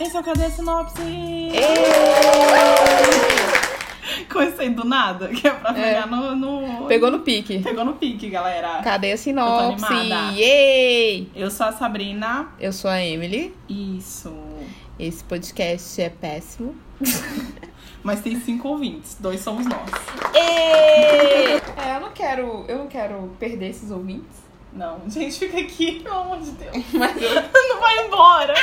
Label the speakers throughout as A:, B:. A: Nossa, cadê a sinopse? Comecei do nada, que é pra
B: É.
A: pegar no, no-
B: Pegou Tá. no pique.
A: Pegou no pique, galera.
B: Cadê a sinopse?
A: Eu tô animada.
B: Yay!
A: Eu sou a Sabrina.
B: Eu sou a Emily.
A: Isso.
B: Esse podcast é péssimo.
A: Mas tem cinco ouvintes, dois somos nós.
B: É, eu não quero, eu não quero perder esses ouvintes.
A: Não, gente, fica aqui, pelo amor de Deus.
B: Mas eu,
A: Não vai embora.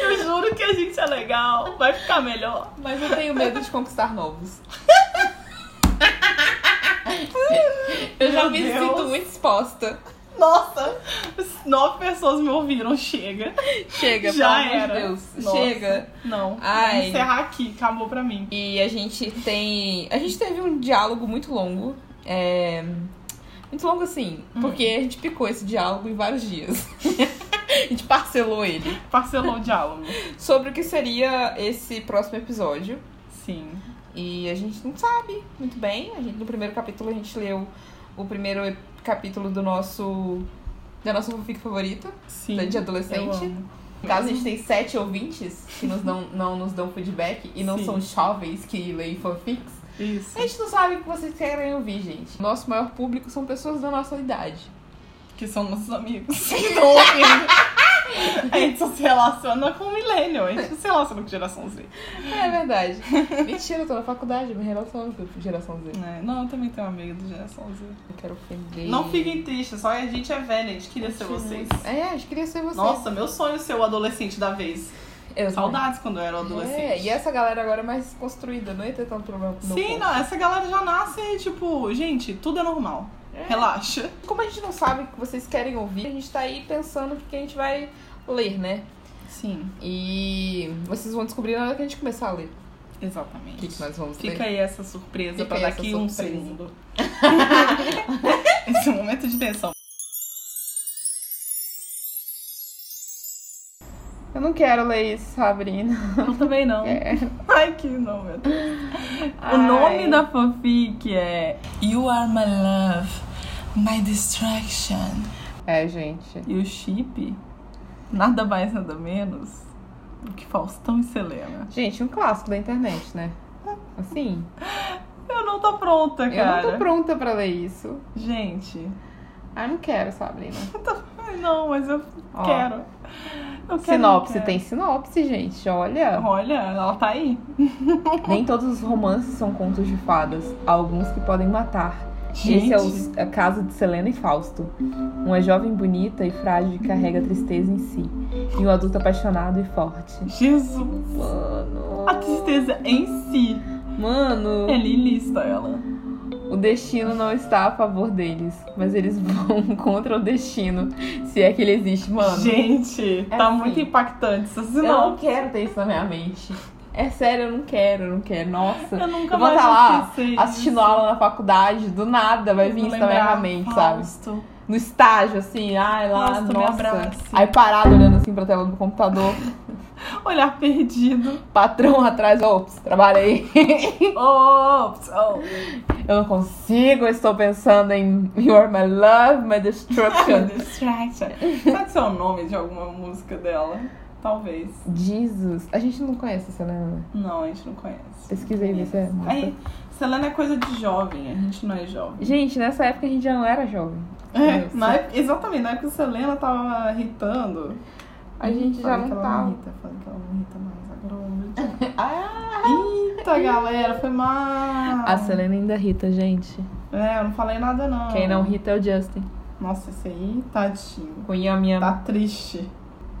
A: Eu juro que a gente é legal. Vai ficar melhor.
B: mas eu tenho medo de conquistar novos. eu já
A: Meu
B: me
A: Deus.
B: sinto muito exposta.
A: Nossa, nove pessoas me ouviram. Chega.
B: Chega,
A: Já
B: pelo amor
A: era.
B: de Deus.
A: Nossa.
B: Chega.
A: Não.
B: Ai.
A: Vou encerrar aqui. Acabou pra mim.
B: E a gente tem. A gente teve um diálogo muito longo. É... Muito longo assim,
A: Hum.
B: porque a gente picou esse diálogo em vários dias. a gente parcelou ele.
A: Parcelou o diálogo.
B: Sobre o que seria esse próximo episódio.
A: Sim.
B: E a gente não sabe muito bem. A gente, no primeiro capítulo a gente leu o primeiro ep- capítulo do nosso. Da nossa fanfic favorita, né,
A: Sim.
B: de
A: Eu
B: adolescente.
A: amo.
B: No caso, a gente tem sete ouvintes que nos não, não nos dão feedback e não
A: Sim.
B: são jovens que leem fanfics.
A: Isso.
B: A gente não sabe o que vocês querem ouvir, gente. Nosso maior público são pessoas da nossa idade.
A: Que são nossos amigos. que estão
B: Então,
A: ouvindo. A gente só se relaciona com o milênio. A gente não se relaciona com geração Z.
B: É verdade. Mentira, eu tô na faculdade, eu me relaciono com a geração Z.
A: É, não, eu também tenho um amigo do geração Z.
B: Não quero ofender.
A: Não fiquem tristes, só a gente é velha. A gente queria ser vocês.
B: É, a gente queria ser vocês.
A: Nossa, meu sonho é ser o adolescente da vez.
B: eu
A: Saudades quando eu era adolescente.
B: É, e essa galera agora é mais construída, não ia ter tanto problema com o meu
A: Sim,
B: povo.
A: não, essa galera já nasce, tipo, gente, tudo é normal. Relaxa.
B: Como a gente não sabe o que vocês querem ouvir, a gente tá aí pensando o que a gente vai ler, né?
A: Sim,
B: E vocês vão descobrir na hora que a gente começar a ler o
A: exatamente.
B: que, que nós vamos ler.
A: Fica aí essa surpresa
B: Fica
A: pra
B: aí
A: daqui
B: essa
A: um
B: surpresa.
A: segundo. Esse é momento de tensão.
B: Eu não quero ler isso, Sabrina.
A: Eu também não.
B: É.
A: Ai, que não, meu Deus. O nome da fanfic é You Are My Love, My Distraction.
B: É, gente.
A: E o chip, nada mais, nada menos do que Faustão e Selena.
B: Gente, um clássico da internet, né? Assim,
A: Eu não tô pronta, cara.
B: eu não tô pronta pra ler isso.
A: Gente,
B: Ah, não quero, Sabrina.
A: ai, não, mas eu
B: Ó,
A: quero. Eu quero,
B: Sinopse,
A: eu quero.
B: tem sinopse, gente. Olha,
A: Olha, ela tá aí.
B: nem todos os romances são contos de fadas. Há alguns que podem matar. Esse é o é o caso de Selena e Fausto. Uma jovem bonita e frágil que carrega a tristeza em si. E um adulto apaixonado e forte.
A: Jesus.
B: Mano.
A: A tristeza em si.
B: Mano.
A: Ele lista ela.
B: O destino não está a favor deles, mas eles vão contra o destino, se é que ele existe, mano.
A: Gente, tá
B: assim.
A: muito impactante essa
B: eu não
A: sinopse.
B: quero ter isso na minha mente. É sério, eu não quero, eu não quero. Nossa,
A: Eu nunca
B: Eu vou
A: mais
B: tá lá,
A: esqueci
B: assistindo
A: disso.
B: aula na faculdade, do nada vai vir
A: Vou
B: isso na minha
A: lembrar,
B: mente, sabe?
A: Fausto.
B: No estágio, assim, ai lá,
A: Nossa, me
B: nossa.
A: abrace.
B: Aí parado olhando assim pra tela do computador,
A: Olhar perdido.
B: patrão atrás, ops, trabalhei.
A: Ops, oh.
B: Eu não consigo, eu estou pensando em You Are My Love, My Destruction.
A: Distraction. Pode ser o nome de alguma música dela? Talvez.
B: Jesus, a gente não conhece essa, né?
A: Não, a gente não conhece.
B: Pesquisei você.
A: Aí, Selena é coisa de jovem, a gente não é jovem.
B: Gente, nessa época a gente já não era jovem.
A: É,
B: Nossa.
A: na época, exatamente, na época que Selena tava irritando.
B: A
A: Uhum.
B: gente já
A: Falei
B: não
A: que ela
B: tava.
A: irrita, falei que ela não irrita mais, agora eu amo.
B: Ah,
A: Eita, galera, foi mal.
B: a Selena ainda irrita, gente.
A: É, eu não falei nada não.
B: Quem não irrita é o Justin. é
A: Nossa, esse aí, tadinho.
B: Com Yam Yam.
A: Tá triste.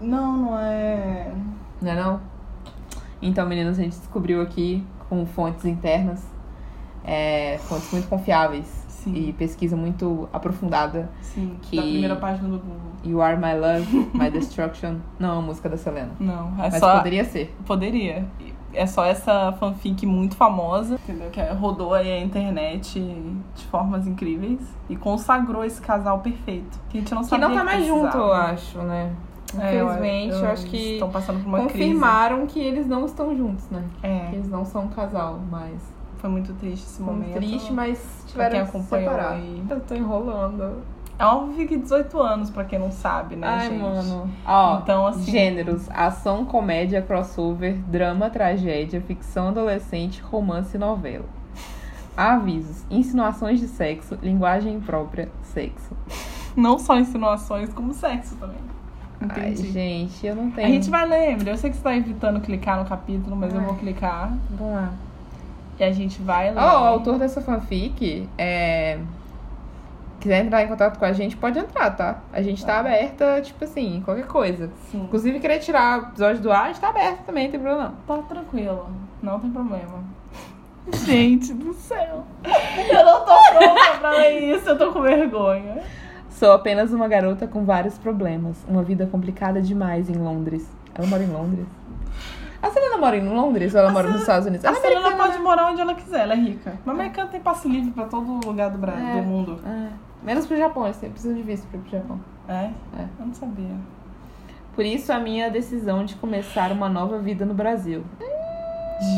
A: Não, não é.
B: Não é não? Então, meninas, a gente descobriu aqui com fontes internas. é, fontes muito confiáveis.
A: Sim.
B: E pesquisa muito aprofundada.
A: Sim,
B: Que-
A: da primeira página do Google.
B: You Are My Love, My Destruction. Não é a música da Selena.
A: Não, é
B: Mas
A: só.
B: poderia ser.
A: Poderia. É só essa fanfic muito famosa, entendeu? Que é, rodou aí a internet de formas incríveis e consagrou esse casal perfeito. Que a gente não
B: Que
A: sabia
B: não tá mais
A: precisava.
B: junto, eu acho, né?
A: É, eu-
B: Infelizmente, eu acho que
A: Estão passando por uma
B: confirmaram que eles não estão juntos, né?
A: crise. É,
B: Eles não são um casal, mas.
A: foi muito triste esse
B: Foi
A: momento.
B: triste, mas
A: Pra quem
B: tiveram que se
A: acompanhou
B: separar.
A: aí. É
B: Eu tô enrolando.
A: Álvaro fica 18 anos, pra quem não sabe, né,
B: Ai,
A: gente?
B: mano. Ó,
A: Então, assim-
B: Gêneros: ação, comédia, crossover, drama, tragédia, ficção adolescente, romance e novela. Avisos: insinuações de sexo, linguagem imprópria, sexo.
A: Não só insinuações, como sexo também.
B: Ai,
A: Entendi.
B: gente, eu não tenho.
A: A gente vai ler, Emily. Eu sei que você tá evitando clicar no capítulo, mas eu
B: Ai.
A: vou clicar.
B: Vamos lá.
A: E a gente vai ler.
B: Ó, o autor dessa fanfic é. Quiser entrar em contato com a gente, pode entrar, tá? A gente tá aberta, tipo assim, qualquer coisa.
A: Sim.
B: Inclusive, querer tirar o episódio do ar, a gente tá aberto também, não tem problema
A: Tá
B: não.
A: tranquilo, não tem problema. Gente do céu. Eu não tô pronta pra ler isso, eu tô com vergonha.
B: Sou apenas uma garota com vários problemas. Uma vida complicada demais em Londres. Ela mora em Londres? A Selena mora em Londres ou ela mora nos Estados Unidos?
A: A
B: Ela é
A: Selena
B: americana.
A: pode morar onde ela quiser, ela é rica. Mas americana tem passe livre pra todo lugar do Brasil,
B: É.
A: do mundo.
B: Ah, menos pro Japão, eu preciso de visto pra ir pro Japão.
A: É?
B: É.
A: Eu não sabia.
B: Por isso, a minha decisão de começar uma nova vida no Brasil.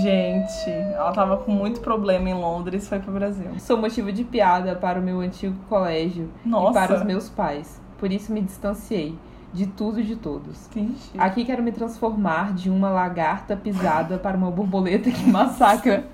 A: Gente, ela tava com muito problema em Londres, foi pro Brasil.
B: Sou motivo de piada para o meu antigo colégio e
A: Nossa.
B: para os meus pais. Por isso, me distanciei de tudo e de todos.
A: Entendi.
B: Aqui quero me transformar de uma lagarta pisada para uma borboleta que massacra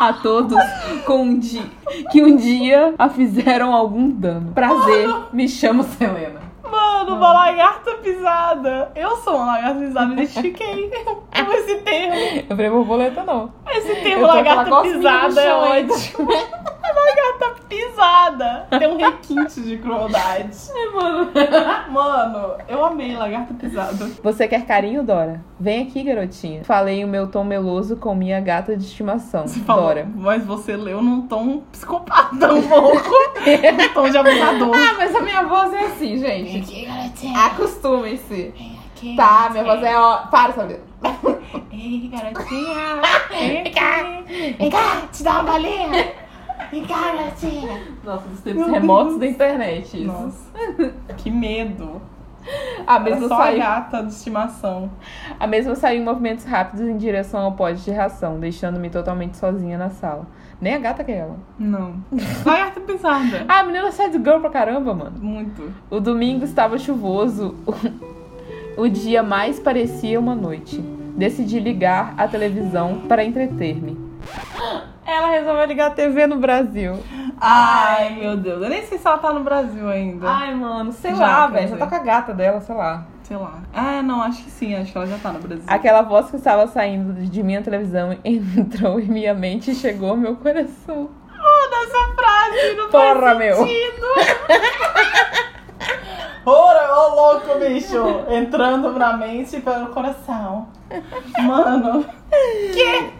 B: a todos com um di- que um dia a fizeram algum dano. Prazer, me chamo Selena.
A: Mano, uma lagarta pisada. Eu sou uma lagarta pisada, me identifiquei com esse termo.
B: Eu falei borboleta não.
A: Esse
B: Eu
A: termo
B: tô aquela
A: lagarta
B: gosminha no
A: pisada é
B: chão, hein?
A: ótimo. lagarta pisada. Tem um requinte de crueldade.
B: É,
A: mano. eu amei lagarta pisada.
B: Você quer carinho, Dora? Vem aqui, garotinha. Falei o meu tom meloso com minha gata de estimação,
A: Você falou,
B: Dora.
A: mas você leu num tom psicopata um pouco. num tom de abusador.
B: Ah, mas a minha voz é assim, gente.
A: aqui, garotinha.
B: Acostumem-se.
A: Vem aqui.
B: Tá, minha voz é ó. Para, Sabrina.
A: Ei, garotinha. Vem cá. Vem cá, te dá uma balinha. Vem cá, garotinha.
B: Nossa, dos
A: Meu
B: tempos
A: Deus.
B: remotos da internet. Isso.
A: Nossa, que medo.
B: A
A: Era
B: mesma,
A: só a
B: saiu,
A: gata de estimação.
B: a mesma saiu em movimentos rápidos em direção ao pote de ração, deixando-me totalmente sozinha na sala. Nem a gata que é ela.
A: Não. Lagarta pisada.
B: Ah, a menina sai do girl pra caramba, mano.
A: Muito.
B: O domingo estava chuvoso. O dia mais parecia uma noite. Decidi ligar a televisão para entreter-me. Ela resolveu ligar a TV no Brasil.
A: Ai, meu Deus. Eu nem sei se ela tá no Brasil ainda.
B: Ai, mano, sei
A: Já,
B: lá,
A: quer
B: velho. Já
A: dizer.
B: tá com a gata dela, sei lá.
A: Sei lá. Ah, não, acho que sim. Acho que ela já tá no Brasil.
B: Aquela voz que estava saindo de minha televisão entrou em minha mente e chegou ao meu coração.
A: Toda essa frase não
B: Porra, meu!
A: Ora, ô louco, bicho. Entrando na mente e pelo coração. Mano. Que?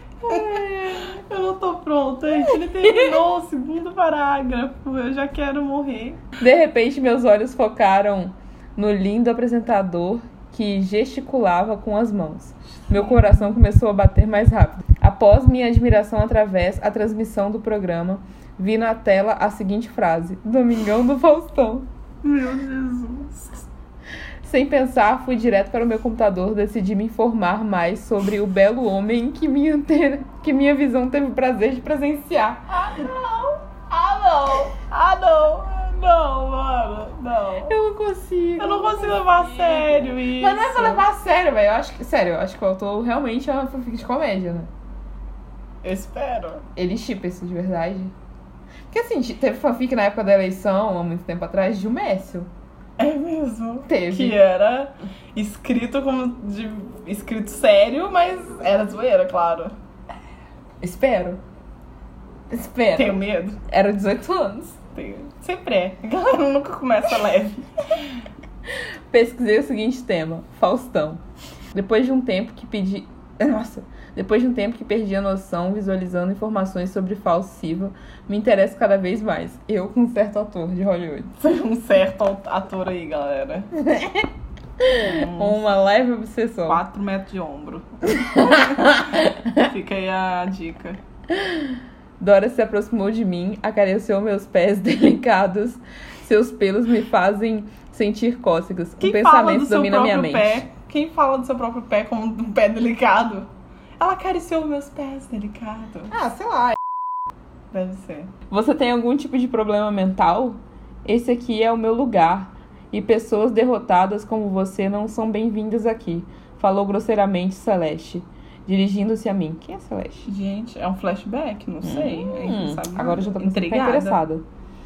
A: Eu não tô pronta, gente. Ele terminou o segundo parágrafo. Eu já quero morrer.
B: De repente, meus olhos focaram no lindo apresentador que gesticulava com as mãos. Meu coração começou a bater mais rápido. Após minha admiração através da transmissão do programa, vi na tela a seguinte frase: Domingão do Faustão.
A: Meu Jesus.
B: Sem pensar, fui direto para o meu computador, decidi me informar mais sobre o belo homem que minha, ter- que minha visão teve o prazer de presenciar.
A: Ah, não. Ah, não. Não, mano. Não.
B: Eu não consigo.
A: Eu não consigo levar a sério isso.
B: Mas não é pra levar a sério, velho. Eu acho que, sério, eu acho que o autor realmente é uma fanfic de comédia, né?
A: Eu espero.
B: Ele chipa isso de verdade. Porque assim, t- teve fanfic na época da eleição, há muito tempo atrás, de um Mécio.
A: É mesmo.
B: Teve.
A: Que é? era escrito como de escrito sério, mas era zoeira, claro.
B: Espero. Espero.
A: Tenho medo.
B: Era 18 anos.
A: Tenho. Sempre é. A galera nunca começa leve.
B: Pesquisei o seguinte tema: Faustão. Depois de um tempo que pedi. Nossa! Depois de um tempo que perdi a noção, visualizando informações sobre Fausto Silva, me interesso cada vez mais. Eu com um certo ator de Hollywood.
A: Foi um certo ator aí, galera.
B: Com uma leve obsessão.
A: 4 metros de ombro. Fica aí a dica.
B: Dora se aproximou de mim, acariciou meus pés delicados. Seus pelos me fazem sentir cócegas.
A: Quem fala
B: o Um pensamento
A: do seu
B: domina minha
A: próprio
B: mente.
A: pé? Quem fala do seu próprio pé como um pé delicado? Ela acariciou meus pés, delicado.
B: Ah, sei lá.
A: Deve ser.
B: Você tem algum tipo de problema mental? Esse aqui é o meu lugar. E pessoas derrotadas como você não são bem-vindas aqui. Falou grosseiramente Celeste, dirigindo-se a mim. Quem é Celeste?
A: Gente, é um flashback, não sei. A gente não sabe
B: Agora eu já tô tá começando a ficar
A: Hum, Intrigada.
B: interessada.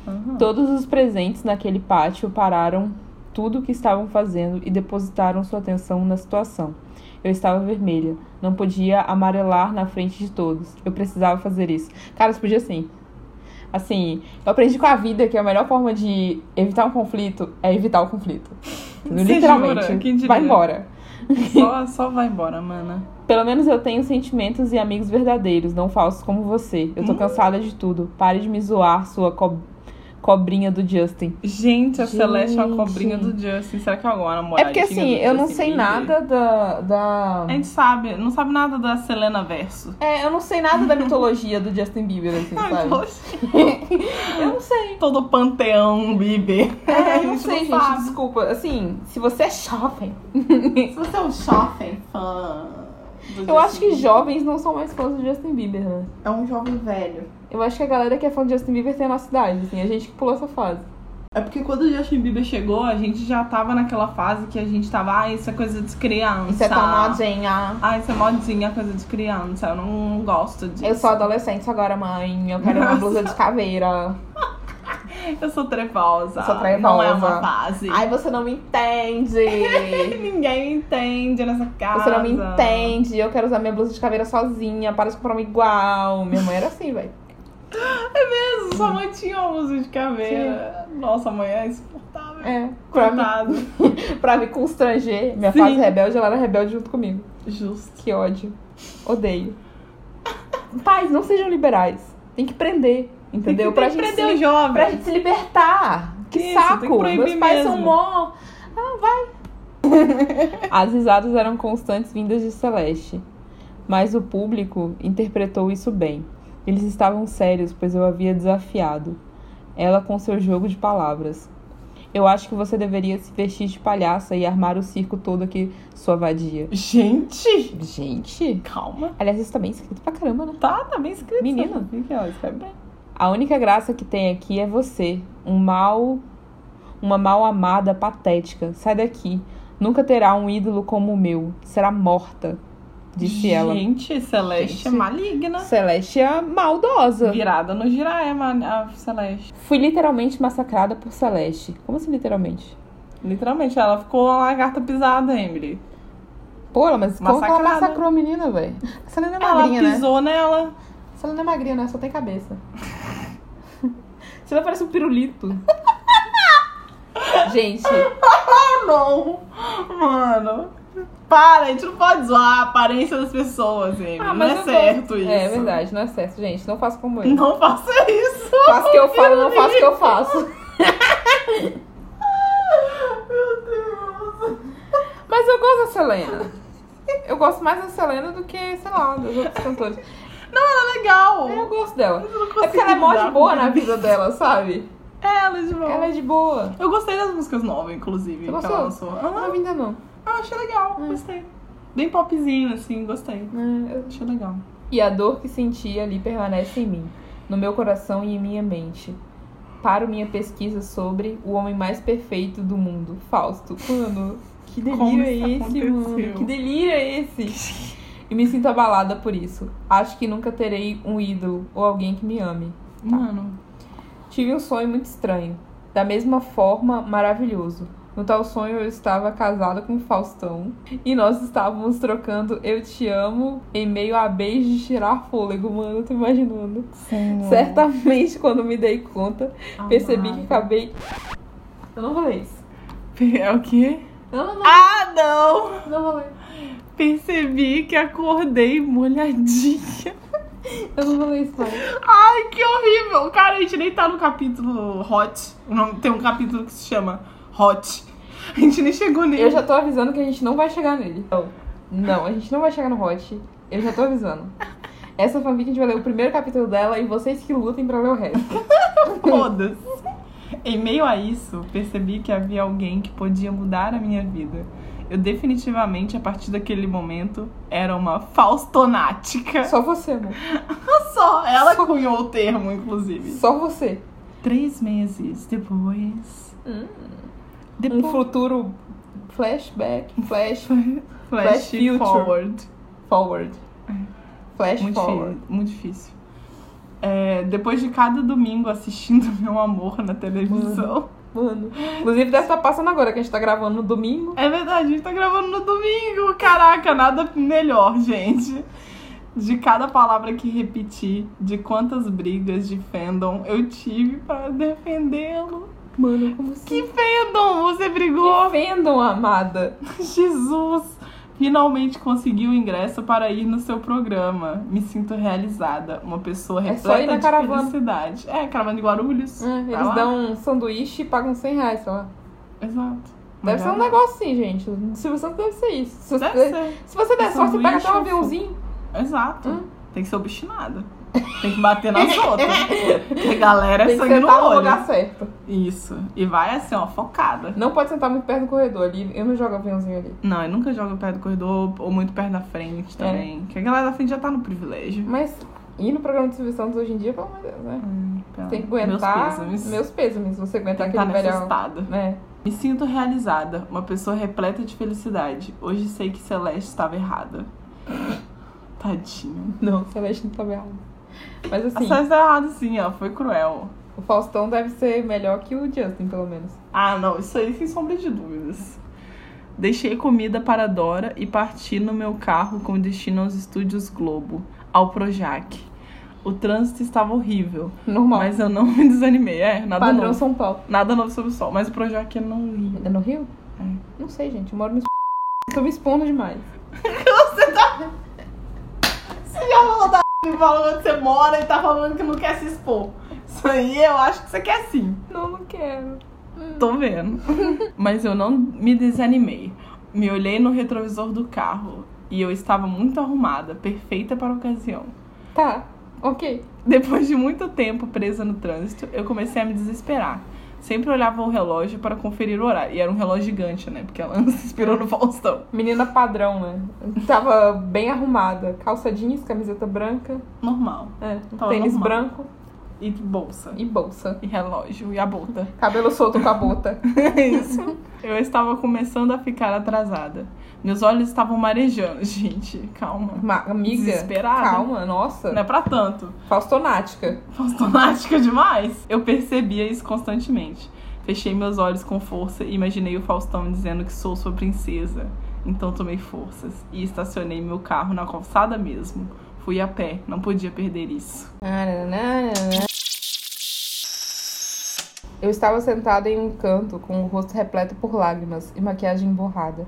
A: Uhum.
B: Todos os presentes naquele pátio pararam tudo o que estavam fazendo e depositaram sua atenção na situação. Eu estava vermelha, não podia amarelar na frente de todos. Eu precisava fazer isso. Cara, isso podia sim. Assim, eu aprendi com a vida que a melhor forma de evitar um conflito é evitar o conflito.
A: Você jura? Quem
B: Literalmente.
A: diria?
B: Vai embora.
A: Só, só vai embora, mana.
B: Pelo menos eu tenho sentimentos e amigos verdadeiros, não falsos como você. Eu tô
A: Hum.
B: cansada de tudo. Pare de me zoar, sua co- cobrinha do Justin.
A: Gente, a
B: Gente.
A: Celeste é uma cobrinha do Justin. Será que é alguma
B: É
A: namorada?
B: porque assim, eu não sei nada da. da...
A: A gente sabe, não sabe nada da Selena Verso.
B: É, eu não sei nada da mitologia do Justin Bieber, assim,
A: Ai,
B: sabe?
A: poxa,
B: Eu não sei.
A: Todo o panteão Bieber.
B: É,
A: A
B: eu não sei, gente.
A: sabe.
B: Desculpa. Assim, se você é jovem.
A: Se você é um jovem fã. do
B: Eu acho que
A: Justin
B: jovens não são mais fãs do Justin Bieber, né?
A: Bieber, É um jovem velho.
B: Eu acho que a galera que é fã do Justin Bieber tem a nossa idade, assim, a gente que pulou essa fase.
A: É porque quando o Justin Bieber chegou, a gente já tava naquela fase que a gente tava, ah, isso é coisa de criança.
B: Isso é tão modinha.
A: Ah, isso é modinha, coisa de criança. Eu não, não gosto disso.
B: Eu sou adolescente agora, mãe. Eu quero uma
A: Nossa.
B: blusa de caveira.
A: Eu sou trevosa.
B: Eu sou trevosa.
A: Não é uma fase.
B: Ai, você não me entende.
A: Ninguém me entende nessa casa.
B: Você não me entende, eu quero usar minha blusa de caveira sozinha, para de comprar uma igual. Minha mãe era assim, velho.
A: Isso, Sua mãe tinha uma blusa de caveira. Nossa, mãe é insuportável.
B: É, pra me,
A: Coitado.
B: pra me constranger. Minha
A: Sim.
B: fase rebelde, ela era rebelde junto comigo.
A: Justo.
B: Que ódio. Odeio. Pais, não sejam liberais. Tem que prender,
A: Tem que
B: entendeu? pra, gente
A: prender o
B: se,
A: jovem.
B: pra gente se libertar. Que
A: Isso,
B: saco.
A: tem que proibir
B: Meus pais são
A: mesmo.
B: mó... Ah, vai. As risadas eram constantes vindas de Celeste. Mas o público interpretou isso bem. Eles estavam sérios, pois eu havia desafiado ela com seu jogo de palavras. Eu acho que você deveria se vestir de palhaça e armar o circo todo aqui, sua vadia.
A: Gente!
B: Gente!
A: Calma.
B: Aliás, isso tá bem escrito pra caramba, né?
A: Tá, tá bem escrito.
B: Menina.
A: sabe? Que ela escreve bem.
B: A única graça que tem aqui é você, um mal. uma mal amada patética. Sai daqui. Nunca terá um ídolo como o meu. Será morta, disse ela.
A: Gente, Celeste é
B: Gente.
A: maligna.
B: Celeste é maldosa.
A: Virada no girar é ma- a Celeste.
B: Fui literalmente massacrada por Celeste. Como assim, literalmente?
A: Literalmente, ela ficou a lagarta pisada, Emily.
B: Pô, ela- mas como que ela
A: Massacrada.
B: massacrou a menina, velho? A Selena é
A: Ela
B: magrinha, né?
A: pisou nela.
B: A Selena é magrinha, né? Só tem cabeça. Selena parece um pirulito. Gente,
A: Ah, não. Mano. Para, a gente não pode zoar a aparência das pessoas, hein?
B: Ah,
A: não é
B: mas eu tô-
A: certo isso.
B: É verdade, não é certo, gente. Não faço como eu.
A: Não faça isso.
B: Faço o que eu falo, não faço o que eu faço.
A: Meu Deus.
B: Mas eu gosto da Selena. Eu gosto mais da Selena do que, sei lá, dos outros cantores.
A: Ela é legal.
B: Eu gosto dela.
A: Eu não
B: É porque ela é
A: consigo
B: mó de
A: lidar
B: boa
A: com
B: na
A: isso.
B: vida dela, sabe?
A: É, ela é de boa.
B: Ela é de boa.
A: Eu gostei das músicas novas, inclusive.
B: Você
A: que
B: gostou? Hum.
A: ela lançou.
B: Não,
A: Aham,
B: ainda não.
A: eu achei legal, gostei. Bem popzinho, assim, gostei.
B: É, eu-
A: Achei legal.
B: E a dor que senti ali permanece em mim, no meu coração e em minha mente. Paro minha pesquisa sobre o homem mais perfeito do mundo, Fausto. Mano, que
A: Como
B: delírio
A: isso
B: é esse, mano?
A: aconteceu?
B: Que delírio é esse? E me sinto abalada por isso. Acho que nunca terei um ídolo ou alguém que me ame.
A: Mano.
B: Tive um sonho muito estranho, da mesma forma maravilhoso. No tal sonho eu estava casada com Faustão e nós estávamos trocando eu te amo em meio a beijos de tirar fôlego, mano, eu tô imaginando. Certamente quando me dei conta, percebi que acabei Eu não falei isso.
A: que. É o quê?
B: Não, não,
A: Ah, não!
B: não, não falei.
A: Percebi que acordei molhadinha.
B: Eu não falei isso, não.
A: Ai, que horrível! Cara, a gente nem tá no capítulo Hot. Não, Tem um capítulo que se chama Hot. A gente nem chegou nele.
B: Eu já tô avisando que a gente não vai chegar nele. Não, Não, a gente não vai chegar no Hot. Eu já tô avisando. Essa fanfic a gente vai ler o primeiro capítulo dela e vocês que lutem pra ler o resto.
A: Foda-se. Em meio a isso, percebi que havia alguém que podia mudar a minha vida. Eu definitivamente, a partir daquele momento, era uma faustonática.
B: Só você, amor.
A: Só ela cunhou o termo, inclusive.
B: Só você.
A: Três meses depois.
B: Hum. Um
A: Depois.
B: futuro flashback, um flash
A: Flash,
B: future.
A: forward.
B: forward. Flash
A: Muito
B: forward.
A: difícil. Muito difícil. É, depois de cada domingo assistindo Meu Amor na televisão.
B: Uhum. Mano. Inclusive deve estar passando agora, que a gente tá gravando no domingo.
A: É verdade, a gente tá gravando no domingo. Caraca, nada melhor, gente. De cada palavra que repeti, de quantas brigas de fandom eu tive pra defendê-lo.
B: Mano, como assim?
A: Que fandom você brigou?
B: Ofendam, amada.
A: Jesus! Finalmente consegui o ingresso para ir no seu programa. Me sinto realizada. Uma pessoa
B: É
A: repleta
B: só ir na
A: de
B: caravana.
A: felicidade. É, caravana de Guarulhos.
B: É,
A: Vai
B: eles
A: lá.
B: dão um sanduíche e pagam 100 reais, sei lá.
A: Exato.
B: Deve ser um
A: Legal.
B: negócio assim, gente. O Silvio Santos deve ser isso. Se você,
A: Deve ser.
B: se você der sorte, você pega até um
A: Sanduíche,
B: aviãozinho.
A: Exato.
B: né? Hum.
A: Tem que ser obstinada. Tem que bater nas outras. Porque a galera é
B: Tem que
A: sangue no
B: sentar no
A: olho.
B: lugar certo.
A: Isso. E vai assim, ó, focada.
B: Não pode sentar muito perto do corredor ali. Eu não jogo aviãozinho ali.
A: Não, eu nunca jogo perto do corredor ou muito perto da
B: É.
A: frente também. Porque a galera da frente já tá no privilégio.
B: Mas ir no programa do Silvio Santos hoje em dia, pelo amor de Deus, né?
A: Hum, pera.
B: Tem que aguentar.
A: Meus pêsames.
B: Meus pêsames. Você
A: Tem
B: aguentar
A: que tá estar
B: aquele
A: nessa
B: velhão.
A: estada.
B: Né?
A: Me sinto realizada, uma pessoa repleta de felicidade. Hoje sei que Celeste estava errada. Tadinho.
B: Não, Celeste não tá errado. Mas
A: A
B: assim,
A: Celeste estava errada sim, ó. Foi cruel.
B: o Faustão deve ser melhor que o Justin, pelo menos.
A: Ah, não, isso aí sem sombra de dúvidas. Deixei comida para Dora e parti no meu carro com destino aos estúdios Globo, ao Projac. O trânsito estava horrível,
B: Normal.
A: mas eu não me desanimei. É, nada
B: Padrão
A: novo.
B: São Paulo.
A: Nada novo sobre o sol, mas o Projac é no Rio.
B: É no Rio?
A: É.
B: Não sei, gente. Eu moro no es- Tô me expondo demais.
A: Você já falou da falando que você mora e tá falando que não quer se expor. Isso aí eu acho que você quer sim.
B: Não, não quero.
A: Tô vendo. Mas eu não me desanimei. Me olhei no retrovisor do carro e eu estava muito arrumada, perfeita para a ocasião.
B: Tá, ok.
A: Depois de muito tempo presa no trânsito, eu comecei a me desesperar. Sempre olhava o relógio para conferir o horário. E era um relógio gigante, né? Porque ela se inspirou no Faustão.
B: Menina padrão, né? Tava bem arrumada. Calça jeans, camiseta branca,
A: Normal.
B: é,
A: Tava
B: tênis
A: normal.
B: branco
A: E bolsa.
B: e bolsa.
A: E relógio. E a bota.
B: Cabelo solto com a bota.
A: É isso. Eu estava começando a ficar atrasada. Meus olhos estavam marejando. Gente, calma.
B: Ma- amiga,
A: Desesperada.
B: calma, nossa.
A: Não é pra tanto.
B: Faustonática.
A: Faustonática demais. Eu percebia isso constantemente. Fechei meus olhos com força e imaginei o Faustão me dizendo que sou sua princesa. Então tomei forças e estacionei meu carro na calçada mesmo. Fui a pé, não podia perder isso.
B: Eu estava sentada em um canto com o rosto repleto por lágrimas e maquiagem borrada.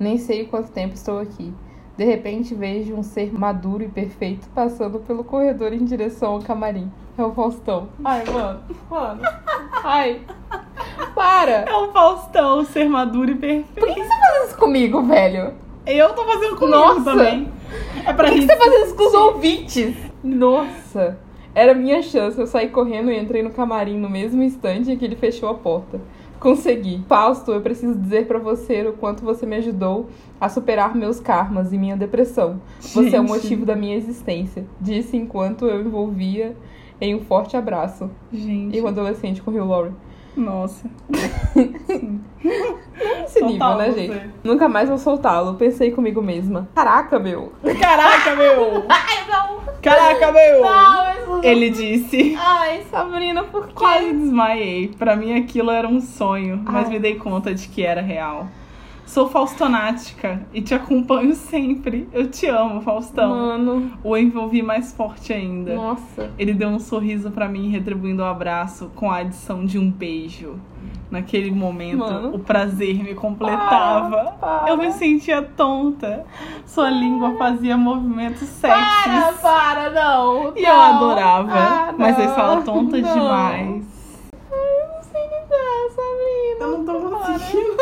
B: Nem sei quanto tempo estou aqui. De repente vejo um ser maduro e perfeito passando pelo corredor em direção ao camarim. É o Faustão. Ai, mano. Mano. Ai. Para.
A: É o Faustão, ser maduro e perfeito.
B: Por que você tá fazendo isso comigo, velho?
A: Eu tô fazendo comigo
B: Nossa!
A: também. É
B: Por
A: pra
B: que
A: mim.
B: você tá fazendo isso com os ouvintes? Nossa. Era minha chance. Eu saí correndo e entrei no camarim no mesmo instante em que ele fechou a porta. Consegui. Fausto, eu preciso dizer pra você o quanto você me ajudou a superar meus karmas e minha depressão. Você é o motivo da minha existência. Disse enquanto eu envolvia em um forte abraço.
A: Gente,
B: E o adolescente com o Rio Laurie.
A: nossa.
B: Esse nível,
A: Total
B: né,
A: você.
B: gente? Nunca mais vou soltá-lo. Pensei comigo mesma. Caraca, meu.
A: Caraca, meu!
B: Ai, não.
A: Caraca, meu!
B: Não, isso...
A: Ele disse.
B: Ai, Sabrina, por quê?
A: Quase desmaiei. Pra mim aquilo era um sonho, mas
B: Ai.
A: me dei conta de que era real. Sou faustonática e te acompanho sempre. Eu te amo,
B: então?
A: Faustão.
B: Mano,
A: O envolvi mais forte ainda.
B: nossa.
A: Ele deu um sorriso pra mim, retribuindo o abraço com a adição de um beijo. Naquele momento,
B: Mano. Ah.
A: o prazer me completava.
B: Para,
A: Eu me sentia tonta. Sua língua fazia movimentos
B: para,
A: sexys.
B: para, não.
A: E
B: não.
A: eu adorava.
B: Ah,
A: mas eu
B: não.
A: estava tonta
B: Não.
A: demais.
B: Ai, eu não sei lidar, Sabrina.
A: Eu não tô conseguindo.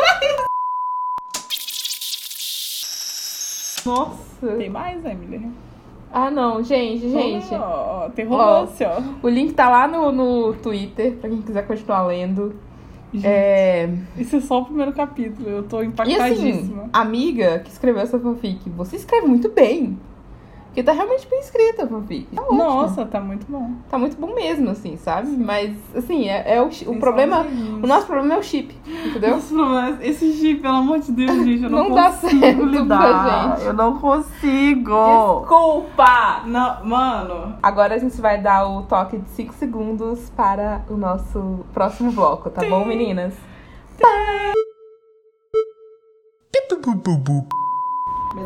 B: Nossa.
A: Tem mais, né, Emily?
B: Ah, não, gente, gente.
A: Ó, ó, tem romance, ó.
B: O link tá lá no, no Twitter, pra quem quiser continuar lendo.
A: Gente,
B: É...
A: Isso é só o primeiro capítulo. Eu tô
B: E assim,
A: impactadíssima.
B: a amiga que escreveu essa fanfic, você escreve muito bem. Porque tá realmente bem escrita a fanfic. Tá ótimo.
A: Nossa, tá muito bom.
B: Tá muito bom mesmo, assim, sabe? Mas, assim, é, é o, chi- o
A: Vocês
B: problema.
A: são lindos.
B: O nosso problema é o chip, entendeu?
A: Nossa, mas esse chip, pelo amor de Deus, gente, eu não,
B: Não dá
A: consigo
B: certo pra
A: lidar.
B: gente.
A: Eu não consigo.
B: Desculpa!
A: Não, mano,
B: Agora a gente vai dar o toque de 5 segundos para o nosso próximo bloco, tá bom, meninas?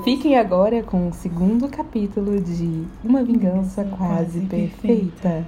B: Fiquem agora com o segundo capítulo de Uma Vingança Quase Perfeita.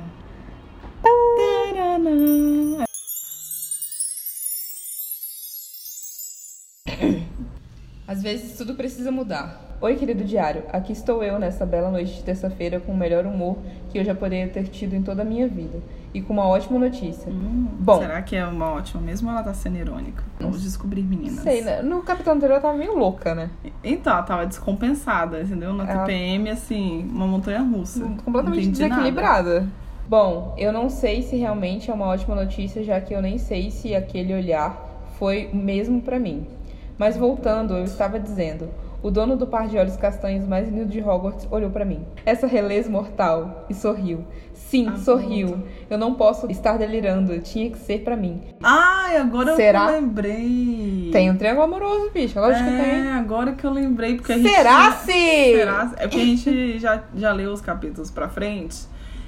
B: Às vezes tudo precisa mudar. Oi, querido diário. Aqui estou eu nessa bela noite de terça-feira com o melhor humor que eu já poderia ter tido em toda a minha vida. E com uma ótima notícia. Bom.
A: será que é uma ótima mesmo ou ela tá sendo irônica? Vamos descobrir, meninas.
B: Sei, né? No capítulo anterior eu tava meio louca, né?
A: Então, ela tava descompensada, entendeu? Na
B: Ela-
A: TPM, assim, uma montanha russa.
B: completamente
A: Entendi nada.
B: desequilibrada. Bom, eu não sei se realmente é uma ótima notícia, já que eu nem sei se aquele olhar foi o mesmo pra mim. Mas voltando, eu estava dizendo, o dono do par de olhos castanhos mais lindo de Hogwarts olhou pra mim. Essa relez mortal e sorriu. Sim,
A: Ah,
B: sorriu.
A: pronto.
B: Eu não posso estar delirando, tinha que ser pra mim.
A: Ai, agora
B: Será?
A: eu lembrei.
B: Tem um triângulo amoroso, bicho, lógico que tem.
A: É, agora que eu lembrei, porque a gente.
B: Será se?
A: Será? É porque a gente já, já leu os capítulos pra frente.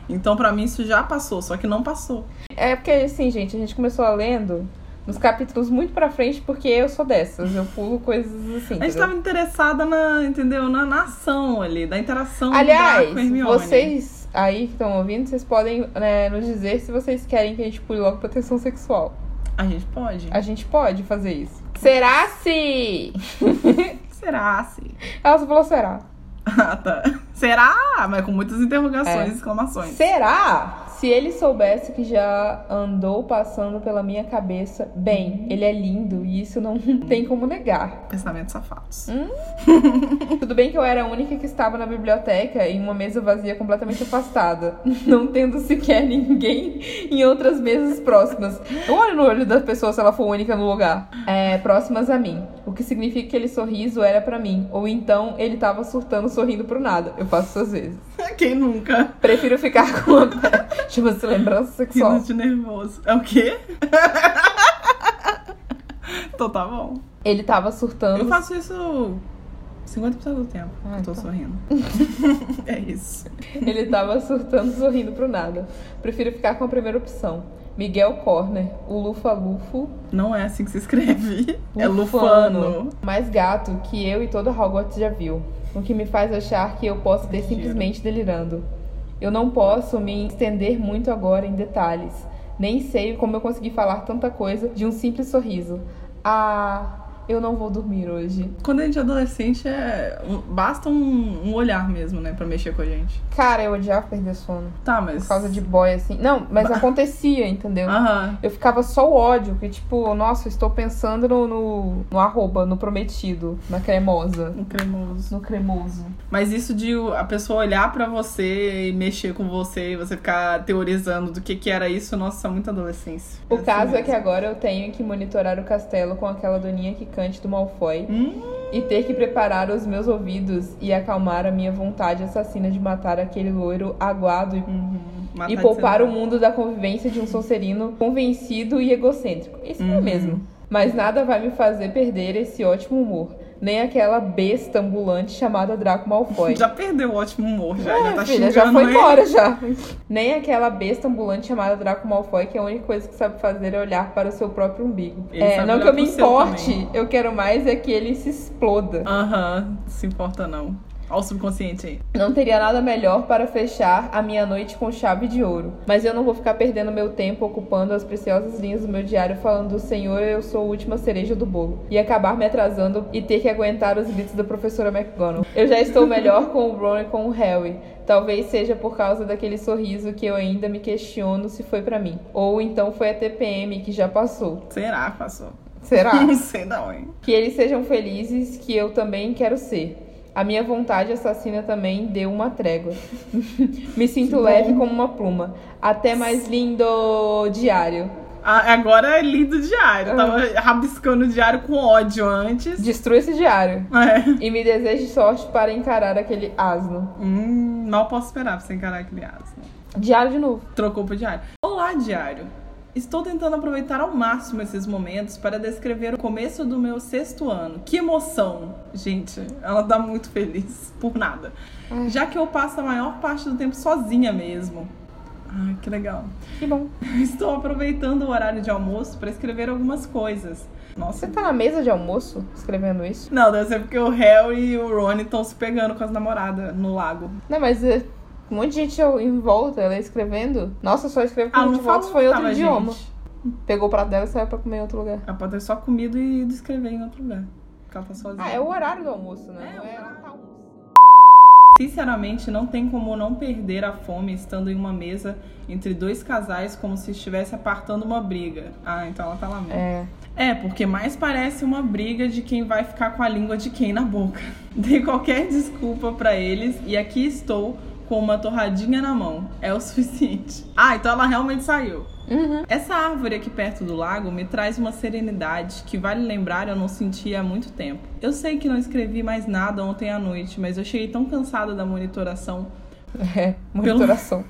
A: Então, pra mim, isso já passou, só que não passou.
B: É porque, assim, gente, a gente começou a lendo nos capítulos muito pra frente, porque eu sou dessas. Eu pulo coisas assim.
A: A gente
B: entendeu?
A: tava interessada na, entendeu? Na, na ação ali, da interação do Draco e
B: Aliás,
A: Hermione.
B: vocês aí que estão ouvindo, vocês podem né, nos dizer se vocês querem que a gente pule logo pra tensão sexual.
A: A gente pode?
B: A gente pode fazer isso. Será se?
A: Será, sim.
B: Ela só falou será.
A: Ah, tá. Será? Mas com muitas interrogações
B: É.
A: e exclamações.
B: Será? Se ele soubesse que já andou passando pela minha cabeça, bem, ele é lindo e isso não tem como negar.
A: Pensamentos safados.
B: Hum? Tudo bem que eu era a única que estava na biblioteca em uma mesa vazia completamente afastada, não tendo sequer ninguém em outras mesas próximas. Eu olho no olho da pessoa se ela for única no lugar. É, próximas a mim. O que significa que aquele sorriso era pra mim, ou então ele tava surtando, sorrindo pro nada. Eu faço isso às vezes.
A: Quem nunca?
B: Prefiro ficar com a chama-se lembrança sexual.
A: Rindo de nervoso. É o quê? então tá bom.
B: Ele tava
A: Eu
B: surtando.
A: faço isso 50% do tempo.
B: Ah,
A: eu tô
B: tá.
A: sorrindo. é isso.
B: Ele tava surtando, sorrindo pro nada. Prefiro ficar com a primeira opção. Miguel Corner, o Lufa Lufo.
A: Não é assim que se escreve. É
B: Lufano.
A: lufano.
B: mais gato que eu e toda Hogwarts já viu, o que me faz achar que eu posso ter
A: Mentira.
B: simplesmente delirando. Eu não posso me estender muito agora em detalhes. Nem sei como eu consegui falar tanta coisa de um simples sorriso. Ah, eu não vou dormir hoje.
A: Quando a gente é adolescente, é... um- basta um, um olhar mesmo, né? Pra mexer com a gente.
B: Cara, eu odiava perder sono.
A: Tá, mas.
B: Por causa de boy, assim. Não, mas acontecia, entendeu?
A: Aham.
B: Eu ficava só o ódio, que tipo, nossa, eu estou pensando no, no, no arroba, no prometido, na cremosa.
A: Um cremoso.
B: No cremoso.
A: Mas isso de o- a pessoa olhar pra você e mexer com você e você ficar teorizando do que que era isso, nossa, muita adolescência.
B: O
A: assim
B: caso é que
A: mesmo.
B: agora eu tenho que monitorar o castelo com aquela doninha que cante do Malfoy
A: Hum?
B: e ter que preparar os meus ouvidos e acalmar a minha vontade assassina de matar aquele loiro aguado e,
A: Uhum. Matar
B: e
A: de
B: poupar o
A: saudade.
B: mundo da convivência de um sorcerino convencido e egocêntrico. Isso é
A: Uhum.
B: mesmo. Mas nada vai me fazer perder esse ótimo humor, nem aquela besta ambulante chamada Draco Malfoy.
A: Já perdeu o ótimo humor, já, já tá
B: É, Filha,
A: xingando
B: já foi
A: ele.
B: embora já. Nem aquela besta ambulante chamada Draco Malfoy, que a única coisa que sabe fazer é olhar para o seu próprio umbigo.
A: Ele
B: é,
A: sabe
B: não que
A: olhar
B: eu me
A: pro seu
B: importe,
A: também.
B: eu quero mais é que ele se exploda.
A: Aham, se importa não. Olha o subconsciente aí.
B: Não teria nada melhor para fechar a minha noite com chave de ouro. Mas eu não vou ficar perdendo meu tempo ocupando as preciosas linhas do meu diário falando Senhor, eu sou a última cereja do bolo. E acabar me atrasando e ter que aguentar os gritos da professora McGonagall. Eu já estou melhor com o Ron e com o Harry. Talvez seja por causa daquele sorriso que eu ainda me questiono se foi pra mim. Ou então foi a TPM que já passou.
A: Será, passou?
B: Será?
A: Não sei não, hein?
B: Que eles sejam felizes, que eu também quero ser. A minha vontade assassina também deu uma trégua. Me sinto
A: Que bom.
B: leve como uma pluma. Até mais lindo diário.
A: A- Agora é lido o diário. Eu Tava rabiscando o diário com ódio antes.
B: Destrua esse diário.
A: É.
B: E me deseje sorte para encarar aquele asno.
A: Hum, mal posso esperar pra você encarar aquele asno.
B: Diário de novo.
A: Trocou pro diário. Olá, diário. Estou tentando aproveitar ao máximo esses momentos para descrever o começo do meu sexto ano. Que emoção! Gente, ela tá muito feliz por nada.
B: Ai.
A: Já que eu passo a maior parte do tempo sozinha mesmo. Ai, que legal.
B: Que bom.
A: Estou aproveitando o horário de almoço para escrever algumas coisas. Nossa.
B: Você tá na mesa de almoço escrevendo isso?
A: Não, deve ser porque o Harry e o Ron estão se pegando com as namoradas no lago.
B: Não, mas é, um monte de gente ao- em volta, ela escrevendo. Nossa, eu só escrevo com um
A: Ah,
B: de
A: não
B: volta,
A: fala
B: foi outro
A: tava,
B: idioma.
A: Gente.
B: Pegou o prato dela e saiu pra comer em outro lugar.
A: Ela pode ter só comido e ido escrever em outro lugar. Porque ela tá sozinha.
B: Ah, é o horário do almoço, né?
A: É,
B: Não
A: o horário.
B: não tá almoço.
A: Sinceramente, não tem como não perder a fome estando em uma mesa entre dois casais como se estivesse apartando uma briga. Ah, então ela tá lá mesmo.
B: É.
A: É, porque mais parece uma briga de quem vai ficar com a língua de quem na boca. Dei qualquer desculpa pra eles e aqui estou com uma torradinha na mão. É o suficiente. Ah, então ela realmente saiu.
B: Uhum.
A: Essa árvore aqui perto do lago me traz uma serenidade que vale lembrar eu não sentia há muito tempo. Eu sei que não escrevi mais nada ontem à noite, mas eu cheguei tão cansada da monitoração.
B: É, monitoração.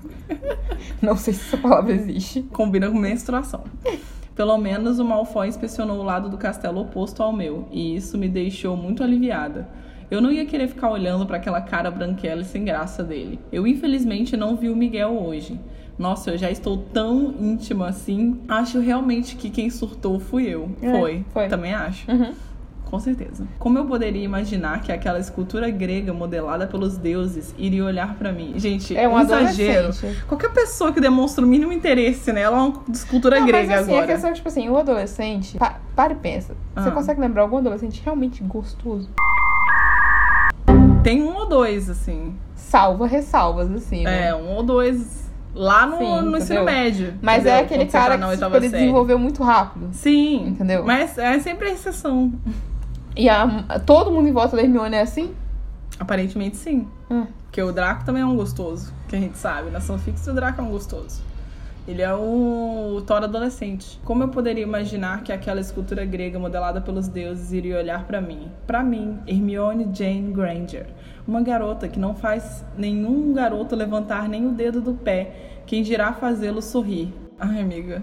B: não sei se essa palavra existe.
A: Combina com menstruação. Pelo menos o Malfoy inspecionou o lado do castelo oposto ao meu, e isso me deixou muito aliviada. Eu não ia querer ficar olhando para aquela cara branquela e sem graça dele. Eu infelizmente não vi o Miguel hoje. Nossa, eu já estou tão íntima assim. Acho realmente que quem surtou fui eu.
B: É,
A: foi.
B: foi.
A: Também acho.
B: Uhum.
A: Com certeza. Como eu poderia imaginar que aquela escultura grega modelada pelos deuses iria olhar pra mim? Gente,
B: É um
A: exagero.
B: adolescente.
A: Qualquer pessoa que demonstra o mínimo interesse nela é uma escultura
B: Não,
A: grega
B: mas assim,
A: agora.
B: a questão é que, tipo assim, o adolescente. Pa para e pensa. Você
A: Ah.
B: consegue lembrar algum adolescente realmente gostoso?
A: Tem um ou dois, assim.
B: Salva ressalvas, assim. né?
A: É, um ou dois. Lá no,
B: Sim,
A: no
B: entendeu?
A: ensino médio.
B: Mas
A: entendeu?
B: é aquele
A: Quando você tá
B: cara
A: na
B: que tipo,
A: oitava
B: ele
A: série.
B: desenvolveu muito rápido.
A: Sim.
B: Entendeu?
A: Mas é sempre a exceção.
B: E a- todo mundo em volta da Hermione é assim?
A: Aparentemente, sim.
B: Hum.
A: Porque o Draco também é um gostoso, que a gente sabe. Na fanfics, o Draco é um gostoso. Ele é o Thor adolescente. Como eu poderia imaginar que aquela escultura grega modelada pelos deuses iria olhar pra mim? Pra mim, Hermione Jane Granger. Uma garota que não faz nenhum garoto levantar nem o dedo do pé, quem dirá fazê-lo sorrir. Ai, amiga.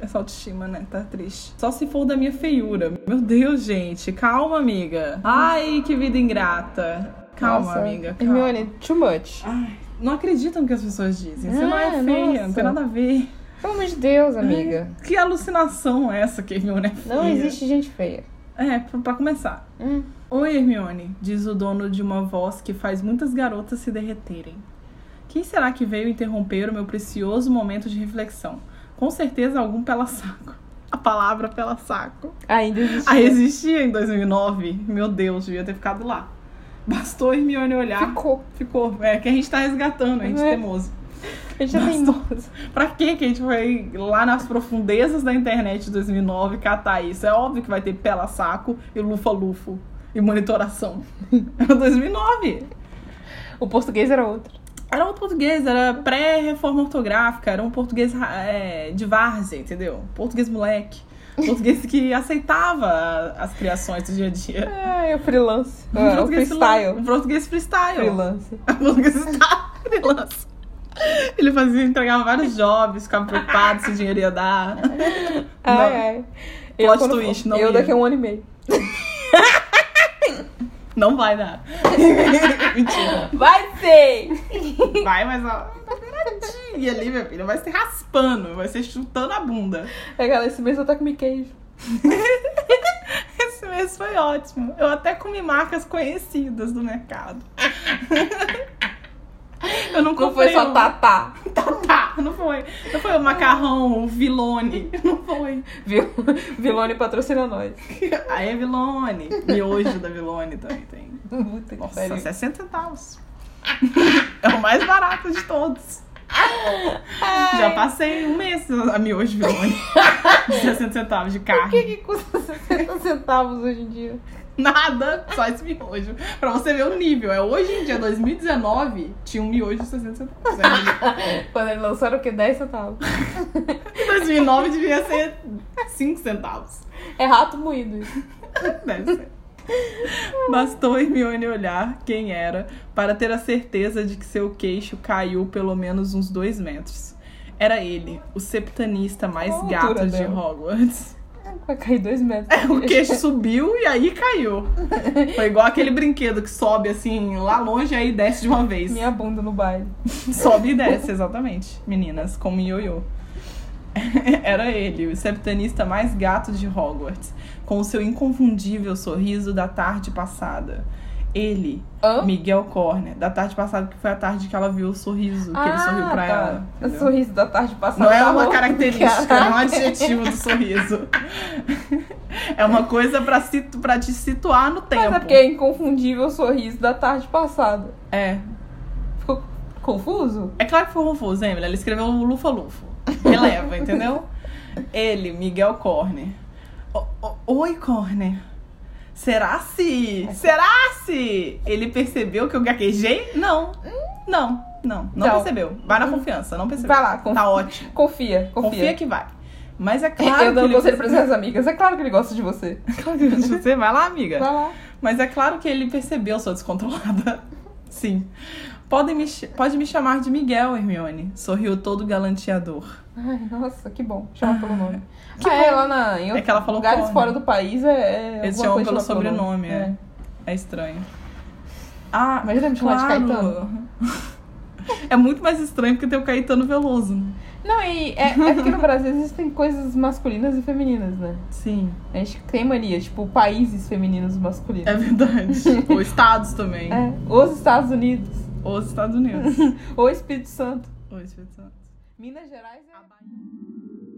A: Essa autoestima, né? Tá triste. Só se for da minha feiura. Meu Deus, gente. Calma, amiga. Ai, que vida ingrata. Calma,
B: Nossa,
A: amiga. Calma.
B: Hermione, too much.
A: Ai, não acreditam no que as pessoas dizem. Você não
B: Ah,
A: é feia, não
B: nossa.
A: tem nada a ver.
B: Pelo amor de Deus,
A: É,
B: amiga.
A: Que alucinação é essa que Hermione é feia?
B: Não existe gente feia.
A: É, pra, pra começar.
B: Hum.
A: Oi, Hermione, diz o dono de uma voz que faz muitas garotas se derreterem. Quem será que veio interromper o meu precioso momento de reflexão? Com certeza algum pela saco. A palavra pela saco.
B: Ainda existe.
A: Aí existia em 2009. Meu Deus, devia ter ficado lá. Bastou Hermione olhar.
B: Ficou.
A: Ficou. É que a gente tá resgatando, a gente
B: É.
A: teimoso.
B: A gente já tem idoso.
A: Pra que que a gente foi lá nas profundezas da internet de 2009 catar isso? É óbvio que vai ter pela saco e lufa-lufo e monitoração. Era 2009.
B: O português era outro.
A: Era outro português, era pré-reforma ortográfica, era um português é, de várzea, entendeu? Português moleque. Português que aceitava as criações do dia a dia.
B: Ah, é o freelance. Ah, o freestyle.
A: Um português freestyle.
B: Freelance.
A: Lucas está freelance. Ele fazia entregar vários jobs, ficava preocupado se o dinheiro ia dar.
B: Ai,
A: Não.
B: ai.
A: Plot
B: quando-
A: twist, não
B: Eu
A: ia.
B: daqui a um ano e meio.
A: Não vai dar. Mentira.
B: Vai ser!
A: Vai, mas ó, tá beiradinha ali, minha filha. Vai se raspando, vai se chutando a bunda.
B: É, galera, esse mês eu tô com queijo.
A: Esse mês foi ótimo. Eu até comi marcas conhecidas do mercado. Eu não
B: Não
A: comprei
B: foi só
A: um-
B: tatá,
A: Tá, não foi. Não foi o macarrão, o vilone. Não foi.
B: viu? Vilone patrocina nós.
A: Aí é vilone. Miojo da vilone também tem.
B: Puta que
A: Nossa,
B: pariu.
A: 60 é centavos. É o mais barato de todos. Já passei um mês a miojo vilone. 60 centavos de
B: Por que
A: carne.
B: que custa 60 centavos hoje em dia?
A: Nada, só esse miojo. Pra você ver o nível. É hoje em dia, 2019, tinha um miojo de 60 centavos. É,
B: Quando eles lançaram o que? 10 centavos.
A: 2009 devia ser 5 centavos.
B: É rato moído. isso.
A: Deve ser. Bastou Hermione olhar quem era para ter a certeza de que seu queixo caiu pelo menos uns dois metros. Era ele, o septanista mais
B: Qual a
A: gato
B: altura
A: de
B: dela?
A: Hogwarts.
B: Vai cair dois metros.
A: O queixo subiu e aí caiu. Foi igual aquele brinquedo que sobe assim lá longe e aí desce de uma vez.
B: Minha bunda no baile.
A: Sobe e desce, exatamente. Meninas, como ioiô. Era ele, o septanista mais gato de Hogwarts, com o seu inconfundível sorriso da tarde passada. Ele,
B: Hã?
A: Miguel Corner, da tarde passada, que foi a tarde que ela viu o sorriso, que ele sorriu pra
B: tá.
A: ela.
B: O
A: entendeu?
B: sorriso da tarde passada.
A: Não é
B: tá
A: uma
B: louco.
A: característica, não é um adjetivo do sorriso. É uma coisa pra, situ- pra te situar no tempo.
B: Mas é porque é inconfundível o sorriso da tarde passada.
A: É.
B: Ficou confuso?
A: É claro que foi confuso, Emily. Ela escreveu um Lufa-Lufo. Releva, entendeu? Ele, Miguel Corner. O- o- Oi, Corner. Será se? Será se? Ele percebeu que eu gaguejei? Não. Não, não. Não
B: Não. Uhum.
A: percebeu. Vai na confiança, não percebeu.
B: Vai lá, confi-
A: Tá ótimo.
B: Confia,
A: Confia,
B: confia.
A: que vai. Mas é claro
B: eu
A: que
B: dando
A: ele
B: conselho para minhas amigas. É claro que ele gosta de você.
A: percebeu. Você vai lá, amiga.
B: Vai lá.
A: Mas é claro que ele percebeu sua descontrolada. Sim. Podem me, ch- pode me chamar de Miguel, Hermione. Sorriu todo galanteador.
B: Ai, nossa, que bom. Chama pelo nome.
A: que
B: ah, é, lá na, em
A: É que ela falou
B: lugares
A: corno.
B: fora do país é. é
A: Eles
B: alguma
A: chamam
B: coisa
A: pelo
B: chamar
A: sobrenome, é. É estranho. Ah,
B: Imagina me chamar de
A: Caetano. É muito mais estranho porque tem o Caetano Veloso. né?
B: Não, e é, é porque no Brasil existem coisas masculinas e femininas, né?
A: Sim,
B: A gente tem mania, tipo, países femininos e
A: é
B: masculinos.
A: verdade. Ou estados também.
B: É, Os Estados Unidos,
A: Ou os Estados Unidos.
B: ou Espírito Santo.
A: Ou Espírito Santo.
B: Minas Gerais é.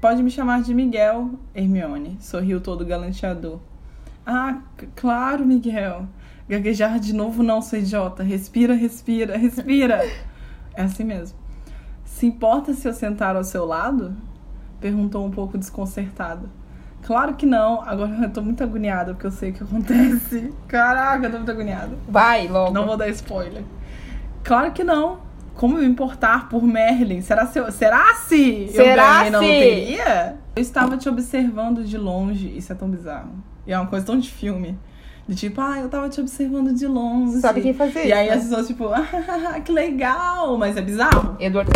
A: Pode me chamar de Miguel, Hermione, sorriu todo galanteador. Ah, c- claro, Miguel. Gaguejar de novo não, seu idiota. Respira, respira, respira. É assim mesmo. Se importa se eu sentar ao seu lado? Perguntou um pouco desconcertada. Claro que não. Agora eu tô muito agoniada porque eu sei o que acontece. Caraca, eu tô muito agoniada.
B: Vai logo.
A: Não vou dar spoiler. Claro que não. Como me importar por Merlin? Será se eu, será se
B: Será
A: eu ganhei na
B: se?
A: loteria? Eu estava te observando de longe. Isso é tão bizarro. E é uma coisa tão de filme. De tipo, ah, eu tava te observando de longe.
B: Sabe quem fazia
A: E
B: isso?
A: aí
B: né?
A: as pessoas, tipo, ah, que legal. Mas é bizarro.
B: Eduardo.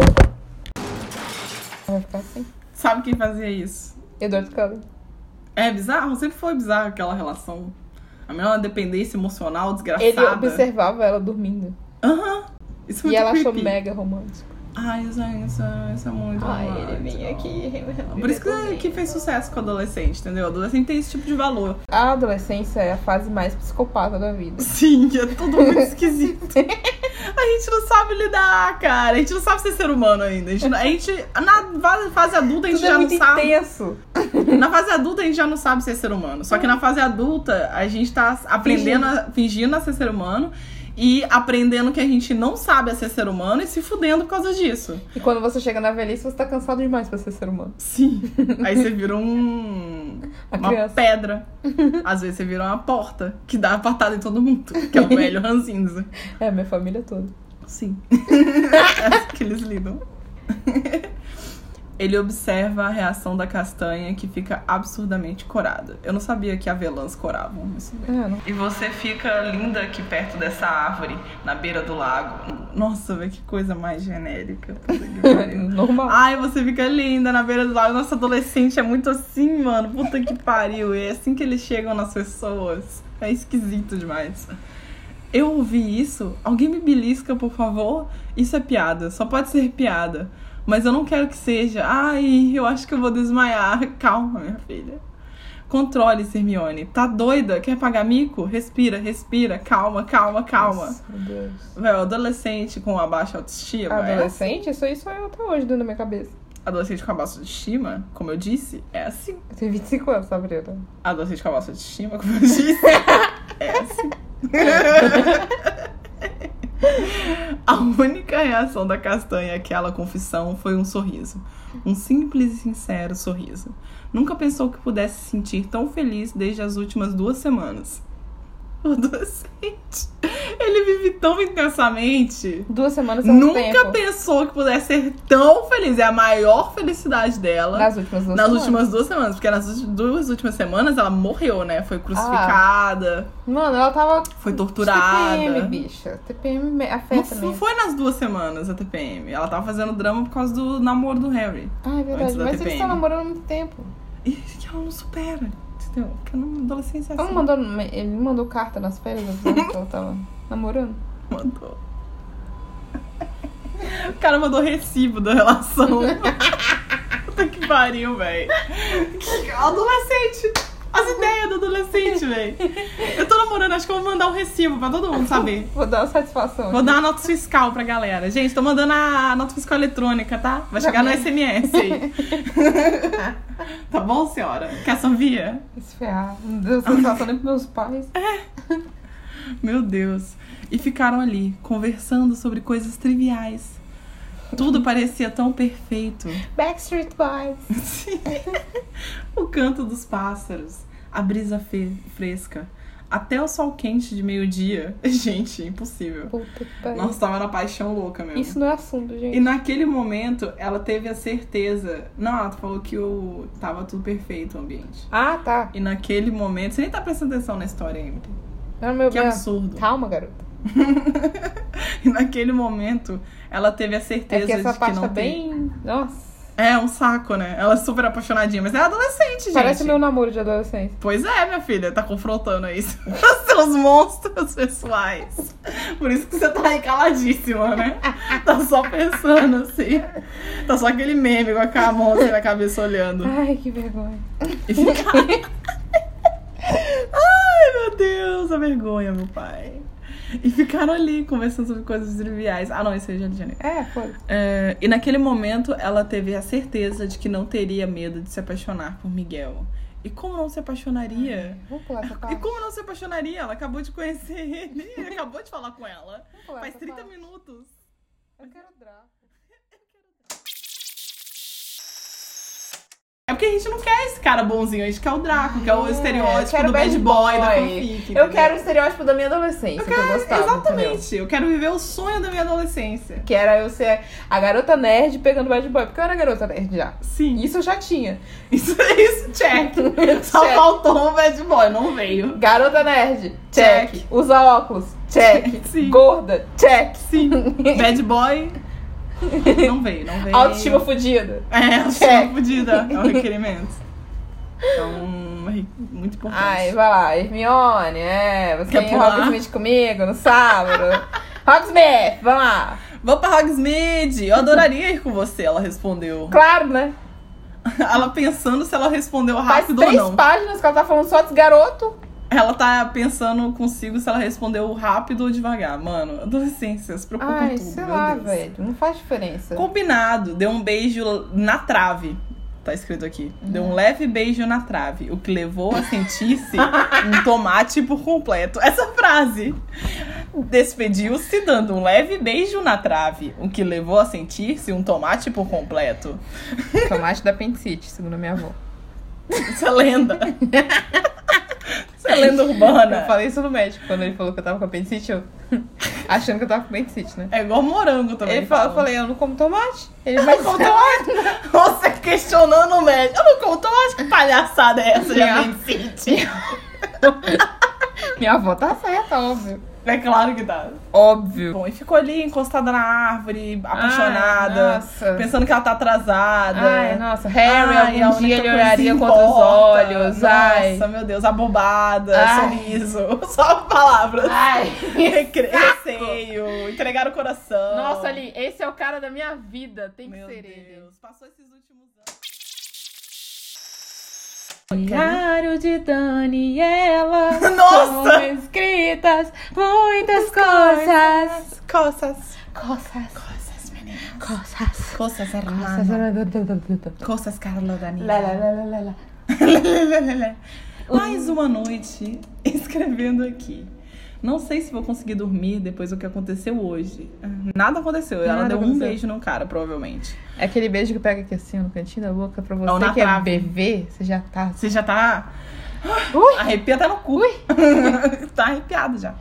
B: Vai ficar assim.
A: Sabe quem fazia isso?
B: Eduardo Cullen.
A: É bizarro? Sempre foi bizarro aquela relação. A menor dependência emocional desgraçada.
B: Ele observava ela dormindo.
A: Aham. Isso é
B: e
A: muito
B: ela achou
A: creepy.
B: mega romântico.
A: Ai, isso é, isso é, isso é muito romântico. Por
B: Por
A: isso que, que fez sucesso com adolescente, entendeu? Adolescente tem esse tipo de valor.
B: A adolescência é a fase mais psicopata da vida.
A: Sim, é tudo muito esquisito. A gente não sabe lidar, cara. A gente não sabe ser ser humano ainda. A gente, não- a gente- na va- fase adulta a gente
B: Tudo
A: já
B: é muito
A: não sabe.
B: intenso.
A: Na fase adulta a gente já não sabe ser ser humano. Só que na fase adulta a gente tá aprendendo, a, fingindo a ser ser humano e aprendendo que a gente não sabe a ser ser humano e se fudendo por causa disso.
B: E quando você chega na velhice, você tá cansado demais pra ser ser humano.
A: Sim. Aí você vira um.
B: A
A: uma
B: criança.
A: pedra. Às vezes você vira uma porta que dá uma patada em todo mundo, que é o velho ranzinza.
B: É, minha família toda.
A: Sim. é assim que eles lidam. Ele observa a reação da castanha que fica absurdamente corada. Eu não sabia que avelãs coravam, mas tudo bem.
B: É, não.
A: E você fica linda aqui perto dessa árvore, na beira do lago. Nossa, velho, que coisa mais genérica. Puta que pariu.
B: Normal.
A: Ai, você fica linda na beira do lago. Nossa, adolescente é muito assim, mano. Puta que pariu. E é assim que eles chegam nas pessoas. É esquisito demais. Eu ouvi isso. Alguém me belisca, por favor. Isso é piada. Só pode ser piada. Mas eu não quero que seja. Ai, eu acho que eu vou desmaiar. Calma, minha filha. Controle-se, Hermione. Tá doida? Quer pagar mico? Respira, respira. Calma, calma, calma.
B: Nossa, meu Deus.
A: Velho, adolescente com a baixa autoestima. é
B: Adolescente, isso aí sou eu até hoje dentro da minha cabeça.
A: Adolescente com a baixa autoestima, como eu disse, é assim.
B: Eu tenho 25 anos, tá, Sabrina.
A: Adolescente com a baixa autoestima, como eu disse, é assim. A única reação da castanha àquela confissão foi um sorriso. Um simples e sincero sorriso. Nunca pensou que pudesse se sentir tão feliz desde as últimas duas semanas. adolescente. Ele vive tão intensamente.
B: Duas semanas é muito
A: Nunca
B: tempo.
A: pensou que pudesse ser tão feliz. É a maior felicidade dela.
B: Nas últimas duas
A: nas
B: semanas.
A: últimas duas semanas, porque nas ulti- duas últimas semanas ela morreu, né? Foi crucificada,
B: Mano, ela tava
A: foi
B: TPM,
A: torturada.
B: bicha. TPM me-
A: Não
B: afeta
A: f-
B: é mesmo.
A: foi nas duas semanas a TPM. Ela tava fazendo drama por causa do namoro do Harry.
B: Ah, é
A: Antes
B: verdade.
A: da
B: Mas eles
A: TPM.
B: estão namorando há muito tempo.
A: E que ela não supera. Entendeu? Porque na adolescência é
B: Ela não
A: assim.
B: mandou, ele não mandou carta nas férias avisando que ela tava namorando.
A: Mandou. O cara mandou recibo da relação. Puta que pariu, velho. Adolescente. As ideias do adolescente, velho. Eu tô namorando, acho que eu vou mandar um recibo pra todo mundo saber.
B: Vou dar uma satisfação.
A: Vou
B: aqui.
A: dar a nota fiscal pra galera. Gente, tô mandando a nota fiscal eletrônica, tá? Vai chegar no SMS aí. tá bom, senhora? Quer sovia?
B: Se ferrar. Não deu satisfação nem pros meus pais.
A: Meu Deus. E ficaram ali, conversando sobre coisas triviais. Tudo parecia tão perfeito.
B: Backstreet Boys.
A: Sim. o canto dos pássaros, a brisa fe- fresca, até o sol quente de meio-dia. Gente, impossível.
B: Puta que pariu.
A: Nossa, tava na paixão louca mesmo.
B: Isso não é assunto, gente.
A: E naquele momento, ela teve a certeza. Não, ela falou que o... tava tudo perfeito o ambiente.
B: Ah, tá.
A: E naquele momento, você nem tá prestando atenção na história, Emily.
B: Não, é meu
A: Que
B: bem.
A: absurdo.
B: Calma, garota.
A: E naquele momento, ela teve a
B: É
A: certeza
B: porque essa
A: de
B: parte
A: que
B: tá
A: não tem.
B: bem. Nossa.
A: É um saco, né? Ela é super apaixonadinha, mas é adolescente, gente.
B: Parece meu namoro de adolescência.
A: Pois é, minha filha, tá confrontando aí seus monstros pessoais. Por isso que você tá aí caladíssima, né? Tá só pensando assim. Tá só aquele meme com a mão assim na cabeça olhando.
B: Ai, que vergonha.
A: E fica... Ai, meu Deus, a vergonha, meu pai. E ficaram ali conversando sobre coisas triviais. Ah, não, isso aí é Rio de Janeiro.
B: É, foi.
A: É, e naquele momento ela teve a certeza de que não teria medo de se apaixonar por Miguel. E como não se apaixonaria?
B: Vamos pular essa
A: E
B: parte.
A: como não se apaixonaria? Ela acabou de conhecer ele, ele acabou de falar com ela.
B: Vamos pular
A: Faz
B: essa
A: 30
B: parte.
A: minutos.
B: Eu quero drama.
A: É porque a gente não quer esse cara bonzinho, a gente quer o Draco, que é o
B: É,
A: estereótipo
B: quero
A: do bad
B: bad
A: boy, da
B: boy.
A: fanfic.
B: Eu
A: entendeu?
B: quero o estereótipo da minha adolescência, que eu gostava.
A: Exatamente,
B: entendeu?
A: eu quero viver o sonho da minha adolescência.
B: Que era eu ser a garota nerd pegando bad boy, porque eu era garota nerd já.
A: Sim,
B: Isso eu já tinha.
A: isso, isso check. Só
B: Check.
A: faltou um bad boy, não veio.
B: Garota nerd, check.
A: Check.
B: Usa óculos, check.
A: Sim.
B: Gorda, check.
A: Sim, bad boy. Não veio, não veio.
B: Autoestima fudida.
A: É, autoestima
B: Check.
A: fodida. É um requerimento. Então, é muito importante.
B: Ai, vai lá, Hermione, é. Você
A: Quer
B: quer
A: pular?
B: Hogsmeade comigo no sábado? Hogsmith, vamos lá.
A: Vou pra Hogsmeade, eu adoraria ir com você, ela respondeu.
B: Claro, né?
A: Ela pensando se ela respondeu
B: Faz
A: rápido ou
B: três
A: não.
B: páginas que ela tá falando só dos garotos.
A: Ela tá pensando consigo se ela respondeu rápido ou devagar. Mano, adolescência, se preocupa com
B: Ai,
A: tudo.
B: sei
A: meu
B: lá,
A: Deus.
B: velho. Não faz diferença.
A: Combinado, deu um beijo na trave. Tá escrito aqui. Deu um leve beijo na trave, o que levou a sentir-se um tomate por completo. Essa frase. Despediu-se dando um leve beijo na trave, o que levou a sentir-se um tomate por completo.
B: Tomate da Pensite, segundo a minha avó.
A: Isso é lenda.
B: Tá
A: Isso é lenda urbana.
B: Eu falei isso no médico quando ele falou que eu tava com apendicite, eu. Achando que eu tava com apendicite, né?
A: É igual morango também. tá
B: Ele falou, eu
A: fala.
B: falei, eu não como tomate. Ele vai
A: Como tomate? Você questionando o médico. Eu não como tomate? Que palhaçada é essa de
B: Minha-
A: apendicite?
B: Minha avó tá certa, óbvio.
A: É claro que tá.
B: Óbvio.
A: Bom, e ficou ali encostada na árvore, apaixonada,
B: Ai, Ah, nossa.
A: pensando que ela tá atrasada.
B: Ai, nossa, Harry,
A: Ai, a
B: algum
A: única
B: dia ele
A: coisa
B: olharia
A: que
B: com outros
A: importa.
B: olhos.
A: Nossa,
B: Ai.
A: meu Deus, abobada,
B: Ai.
A: sorriso, só palavras.
B: Ai.
A: Recre- Receio, entregar o coração.
B: Nossa, ali, esse é o cara da minha vida. Tem que
A: Meu
B: ser ele.
A: Deus, passou esses últimos anos.
B: Diário de Daniela.
A: Nossa!
B: São escritas muitas coisas.
A: Coças.
B: Coisas.
A: Coças, menina.
B: Coisas.
A: Coças,
B: Coisas.
A: hermana. Coças, Carlo Danilo.
B: Lá, lá, lá, lá, lá, lá.
A: Mais uma noite escrevendo aqui. Não sei se vou conseguir dormir depois do que aconteceu hoje. Nada aconteceu. Ela
B: Nada
A: deu um
B: aconteceu.
A: beijo no cara, provavelmente.
B: É aquele beijo que pega aqui assim no cantinho da boca pra
A: Ou
B: você
A: na
B: que é
A: trave.
B: bebê, você já tá.
A: Você já tá. Arrepia até no cu. tá arrepiado já.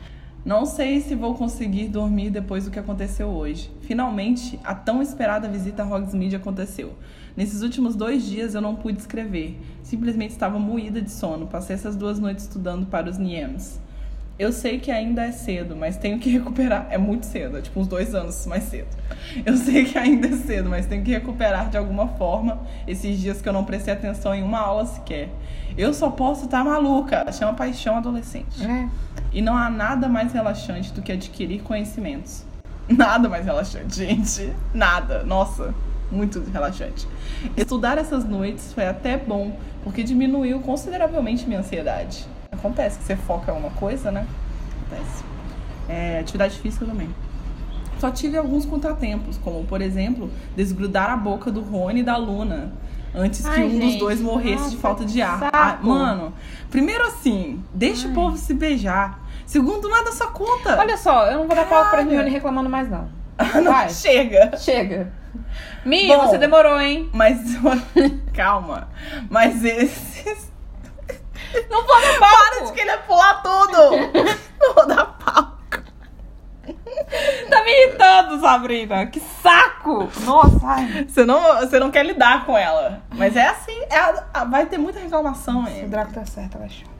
A: Não sei se vou conseguir dormir depois do que aconteceu hoje. Finalmente, a tão esperada visita a Hogsmeade aconteceu. Nesses últimos dois dias eu não pude escrever. Simplesmente estava moída de sono. Passei essas duas noites estudando para os Niems. Eu sei que ainda é cedo, mas tenho que recuperar. É muito cedo, é tipo uns dois anos mais cedo. Eu sei que ainda é cedo, mas tenho que recuperar de alguma forma esses dias que eu não prestei atenção em uma aula sequer. Eu só posso estar maluca. Chama paixão adolescente.
B: É.
A: E não há nada mais relaxante do que adquirir conhecimentos. Nada mais relaxante, gente. Nada. Nossa, muito relaxante. Estudar essas noites foi até bom, porque diminuiu consideravelmente minha ansiedade. Acontece que você foca em uma coisa, né? Acontece. É, atividade física também. Só tive alguns contratempos, como, por exemplo, desgrudar a boca do Rony e da Luna antes que
B: Ai,
A: um dos
B: gente,
A: dois morresse de
B: nossa,
A: falta de ar.
B: que
A: Ah,
B: saco.
A: mano, primeiro assim, deixa o povo se beijar. Segundo, não é da sua conta.
B: Olha só, eu não vou dar palco pra
A: Caralho.
B: Hermione reclamando mais, não.
A: Não
B: Vai,
A: chega.
B: chega. Mia,
A: Bom.
B: você demorou, hein?
A: Mas calma. Mas esses.
B: Não vou dar
A: Para de
B: palco!
A: querer é pular tudo! Não vou dar pau.
B: Tá me irritando, Sabrina. Que saco! Nossa, ai.
A: Você não, você não quer lidar com ela. Mas é assim, é a- a- vai ter muita reclamação
B: O
A: aí.
B: Draco tá certo, ela é chata.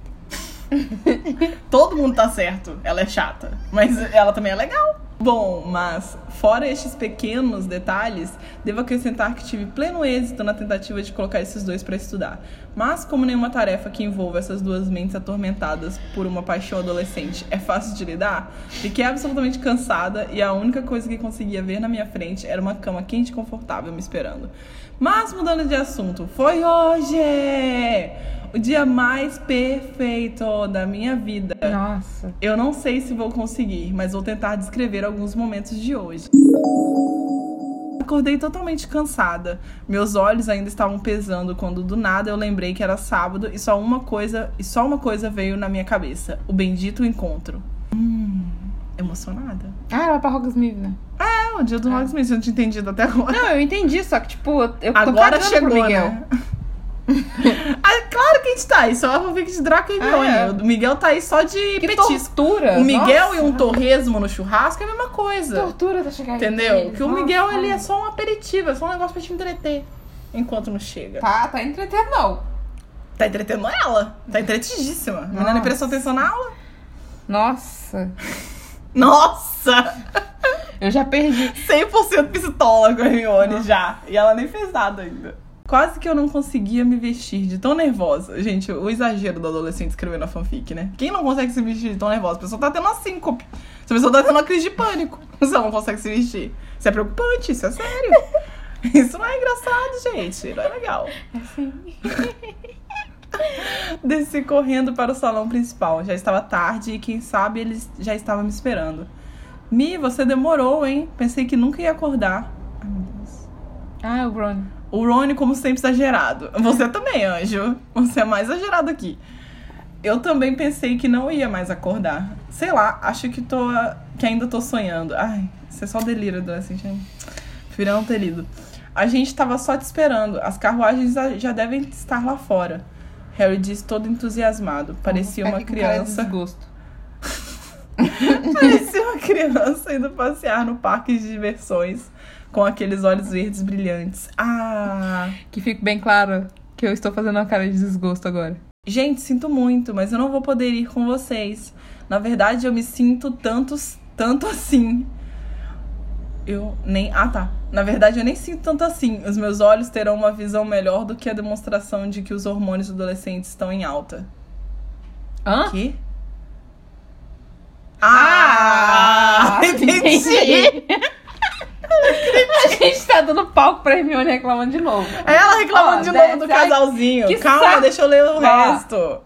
A: Todo mundo tá certo. Ela é chata. Mas ela também é legal. Bom, mas fora estes pequenos detalhes, devo acrescentar que tive pleno êxito na tentativa de colocar esses dois pra estudar. Mas como nenhuma tarefa que envolva essas duas mentes atormentadas por uma paixão adolescente é fácil de lidar, fiquei absolutamente cansada e a única coisa que conseguia ver na minha frente era uma cama quente e confortável me esperando. Mas mudando de assunto, foi hoje o dia mais perfeito da minha vida.
B: Nossa.
A: Eu não sei se vou conseguir, mas vou tentar descrever alguns momentos de hoje. Acordei totalmente cansada. Meus olhos ainda estavam pesando quando do nada eu lembrei que era sábado e só uma coisa, e só uma coisa veio na minha cabeça, o bendito encontro. Hum, emocionada.
B: Ah, ela é pra Hogsmeade, né?
A: É, o dia do Max Smith, eu não tinha entendido até agora.
B: Não, eu entendi, só que, tipo, eu eu tô
A: Agora
B: cagando
A: chegou,
B: pro Miguel.
A: né? ah, claro que a gente tá aí, só a fanfic de Draco e Hermione.
B: É.
A: O Miguel tá aí só de
B: Que
A: petisco.
B: tortura.
A: O Miguel
B: É, nossa.
A: e um torresmo no churrasco é a mesma coisa.
B: Tortura tá chegando.
A: Entendeu? Que o Miguel, ele é só um aperitivo, é só um negócio pra te entreter. Enquanto não chega.
B: Tá, tá entretendo, não.
A: Tá entretendo ela. Tá entretidíssima. A menina
B: Nossa.
A: não prestou atenção na aula.
B: Nossa.
A: Nossa!
B: Eu já perdi.
A: 100% pistola com a Hermione já. E ela nem fez nada ainda. Quase que eu não conseguia me vestir de tão nervosa. Gente, o exagero do adolescente escrevendo a fanfic, né? Quem não consegue se vestir de tão nervosa? A pessoa tá tendo uma síncope. Essa pessoa tá tendo uma crise de pânico. Se ela não consegue se vestir. Isso é preocupante, isso é sério. Isso não é engraçado, gente. Não é legal. Desci correndo para o salão principal. Já estava tarde e quem sabe ele já estava me esperando. Mi, você demorou, hein? Pensei que nunca ia acordar. Ai, meu Deus.
B: Ah, o Ron.
A: O Rony, como sempre, exagerado. Você também, anjo. Você é mais exagerado aqui. Eu também pensei que não ia mais acordar. Sei lá, acho que tô. que ainda tô sonhando. Ai, você é só delira, adolescente. hein? Prefiro não ter lido. A gente tava só te esperando. As carruagens já- já devem estar lá fora. Harry disse todo entusiasmado. Parecia
B: Vou
A: uma
B: ficar aqui Uhum. É com cara de
A: criança.
B: desgosto.
A: Parecia uma criança indo passear no parque de diversões com aqueles olhos verdes brilhantes. Ah!
B: Que fique bem claro que eu estou fazendo uma cara de desgosto agora.
A: Gente, sinto muito, mas eu não vou poder ir com vocês. Na verdade, eu me sinto tantos, tanto assim. Eu nem. Ah, tá. Na verdade, eu nem sinto tanto assim. Os meus olhos terão uma visão melhor do que a demonstração de que os hormônios adolescentes estão em alta.
B: Hã?
A: Que? Ah! entendi!
B: A gente tá dando palco pra Hermione reclamando de novo.
A: Aí Ela reclamando
B: Ó,
A: de
B: dez-
A: novo do
B: dez-
A: casalzinho.
B: que
A: Calma,
B: saco.
A: deixa eu ler o
B: Vá.
A: resto.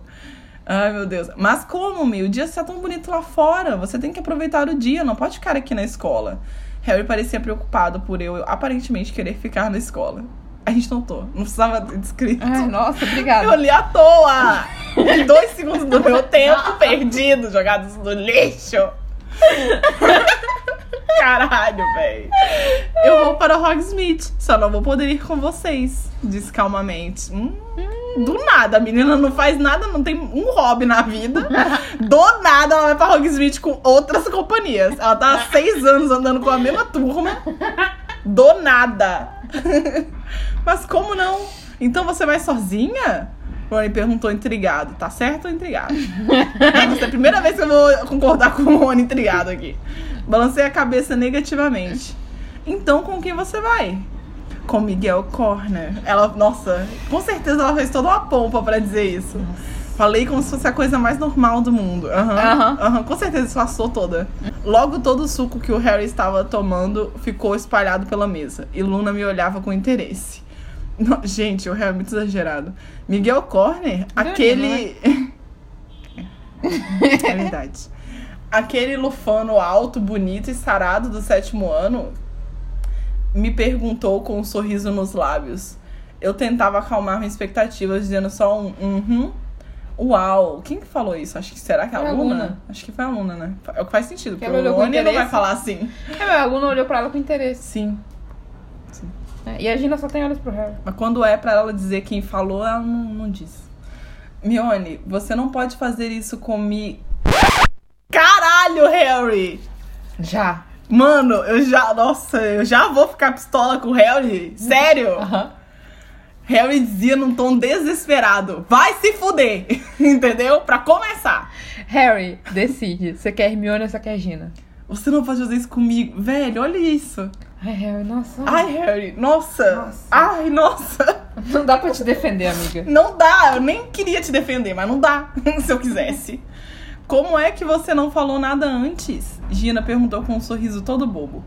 A: Ai, meu Deus. Mas como, Mi? O dia está tão bonito lá fora. Você tem que aproveitar o dia, não pode ficar aqui na escola. Harry parecia preocupado por eu aparentemente querer ficar na escola. A gente notou, não precisava ter descrito.
B: Ai, nossa, obrigada.
A: Eu li à toa! Dois segundos do meu tempo perdido, jogados no lixo! Caralho, véi! Eu vou para Hogsmeade, só não vou poder ir com vocês, disse calmamente. Hum, Do nada, a menina não faz nada, não tem um hobby na vida. Do nada, ela vai pra Hogsmeade com outras companhias. Ela tá há seis anos andando com a mesma turma. Do nada. Mas como não? Então você vai sozinha? Rony perguntou intrigado. Tá certo ou intrigado? Nossa, é a primeira vez que eu vou concordar com o Rony intrigado aqui. Balancei a cabeça negativamente. Então com quem você vai? Com Miguel Corner. Ela, nossa, com certeza ela fez toda uma pompa pra dizer isso. Falei como se fosse a coisa mais normal do mundo. Aham.
B: Aham.
A: aham, com certeza isso passou toda. Logo todo o suco que o Harry estava tomando ficou espalhado pela mesa. E Luna me olhava com interesse. No- gente, o Harry é muito exagerado. Miguel Corner, aquele. é verdade. Aquele lufano alto, bonito e sarado do sétimo ano me perguntou com um sorriso nos lábios. Eu tentava acalmar minhas expectativas, dizendo só um uhum. Uau, quem que falou isso? Acho que será que é a
B: Foi a
A: Luna?
B: Luna.
A: Acho que foi a Luna, né? É o que faz sentido, porque
B: Ela
A: o
B: olhou com
A: Rony não vai
B: interesse.
A: falar assim.
B: É, meu aluno olhou pra ela com interesse.
A: Sim.
B: né? E a Gina só tem olhos pro Harry.
A: Mas quando é pra ela dizer quem falou, ela não, não diz. Mione, você não pode fazer isso comigo. Caralho, Harry!
B: Já.
A: Mano, eu já. Nossa, eu já vou ficar pistola com o Harry? Sério?
B: Aham.
A: Harry dizia num tom desesperado: vai se fuder! Entendeu? Pra começar.
B: Harry, decide. Você quer Hermione ou você quer Gina?
A: Você não pode fazer isso comigo. Velho, olha isso.
B: Ai, Harry, nossa.
A: Ai, Harry, nossa.
B: Nossa.
A: Ai, nossa.
B: Não dá pra te defender, amiga.
A: Não dá, eu nem queria te defender, mas não dá, se eu quisesse. Como é que você não falou nada antes? Gina perguntou com um sorriso todo bobo.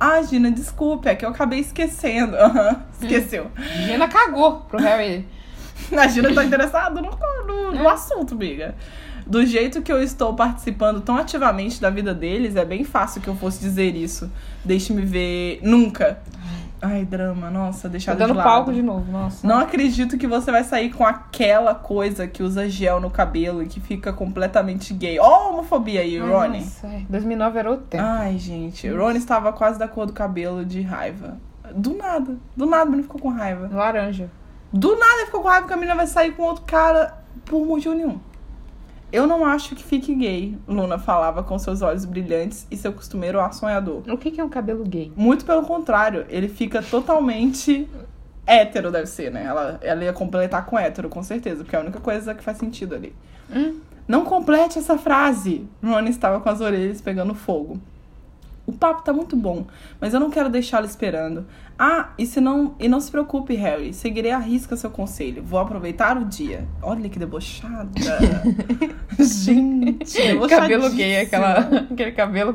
A: Ah, Gina, desculpa, é que eu acabei esquecendo. Aham, Esqueceu.
B: Gina cagou pro Harry. Hum.
A: A Gina tá interessada no, no,
B: É.
A: no assunto, amiga. Do jeito que eu estou participando tão ativamente da vida deles, é bem fácil que eu fosse dizer isso. Deixe-me ver nunca. Ai, drama, nossa,
B: Tá
A: deixar de
B: dando
A: lado.
B: palco de novo, nossa.
A: Não acredito que você vai sair com aquela coisa que usa gel no cabelo e que fica completamente gay. Ó, a homofobia aí,
B: Ai,
A: Rony.
B: nossa, é. 2009 era outro tempo.
A: Ai, gente, Rony estava quase da cor do cabelo de raiva. Do nada, do nada ele ficou com raiva.
B: Laranja.
A: Do nada ele ficou com raiva que a menina vai sair com outro cara por motivo nenhum. Eu não acho que fique gay, Luna falava com seus olhos brilhantes e seu costumeiro ar sonhador.
B: O que que é um cabelo gay?
A: Muito pelo contrário, ele fica totalmente hétero, deve ser, né? Ela, ela ia completar com hétero, com certeza, porque é a única coisa que faz sentido ali.
B: Hum.
A: Não complete essa frase! Ron estava com as orelhas pegando fogo. O papo tá muito bom, mas eu não quero deixá-lo esperando. Ah, e se não. E não se preocupe, Harry. Seguirei à risca seu conselho. Vou aproveitar o dia. Olha que debochada! Gente,
B: Cabelo gay, aquela, aquele cabelo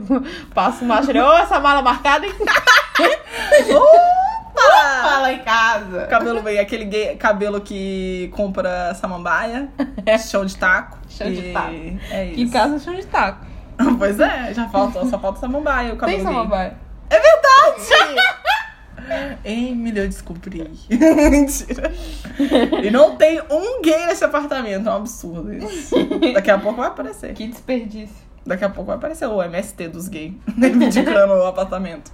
B: passa o macho ele, ô, essa mala marcada e
A: Opa!
B: fala em casa.
A: Cabelo bem, aquele gay- cabelo que compra samambaia, chão de taco.
B: Chão de
A: e
B: taco.
A: É isso.
B: Aqui em casa é chão de taco.
A: Pois é, já falta, só falta samambaia, o cabelo
B: Tem
A: gay.
B: samambaia.
A: Ei, me deu descobri. Mentira. E não tem um gay nesse apartamento, é um absurdo isso. Daqui a pouco vai aparecer.
B: Que desperdício.
A: Daqui a pouco vai aparecer o MST dos gays reivindicando o apartamento.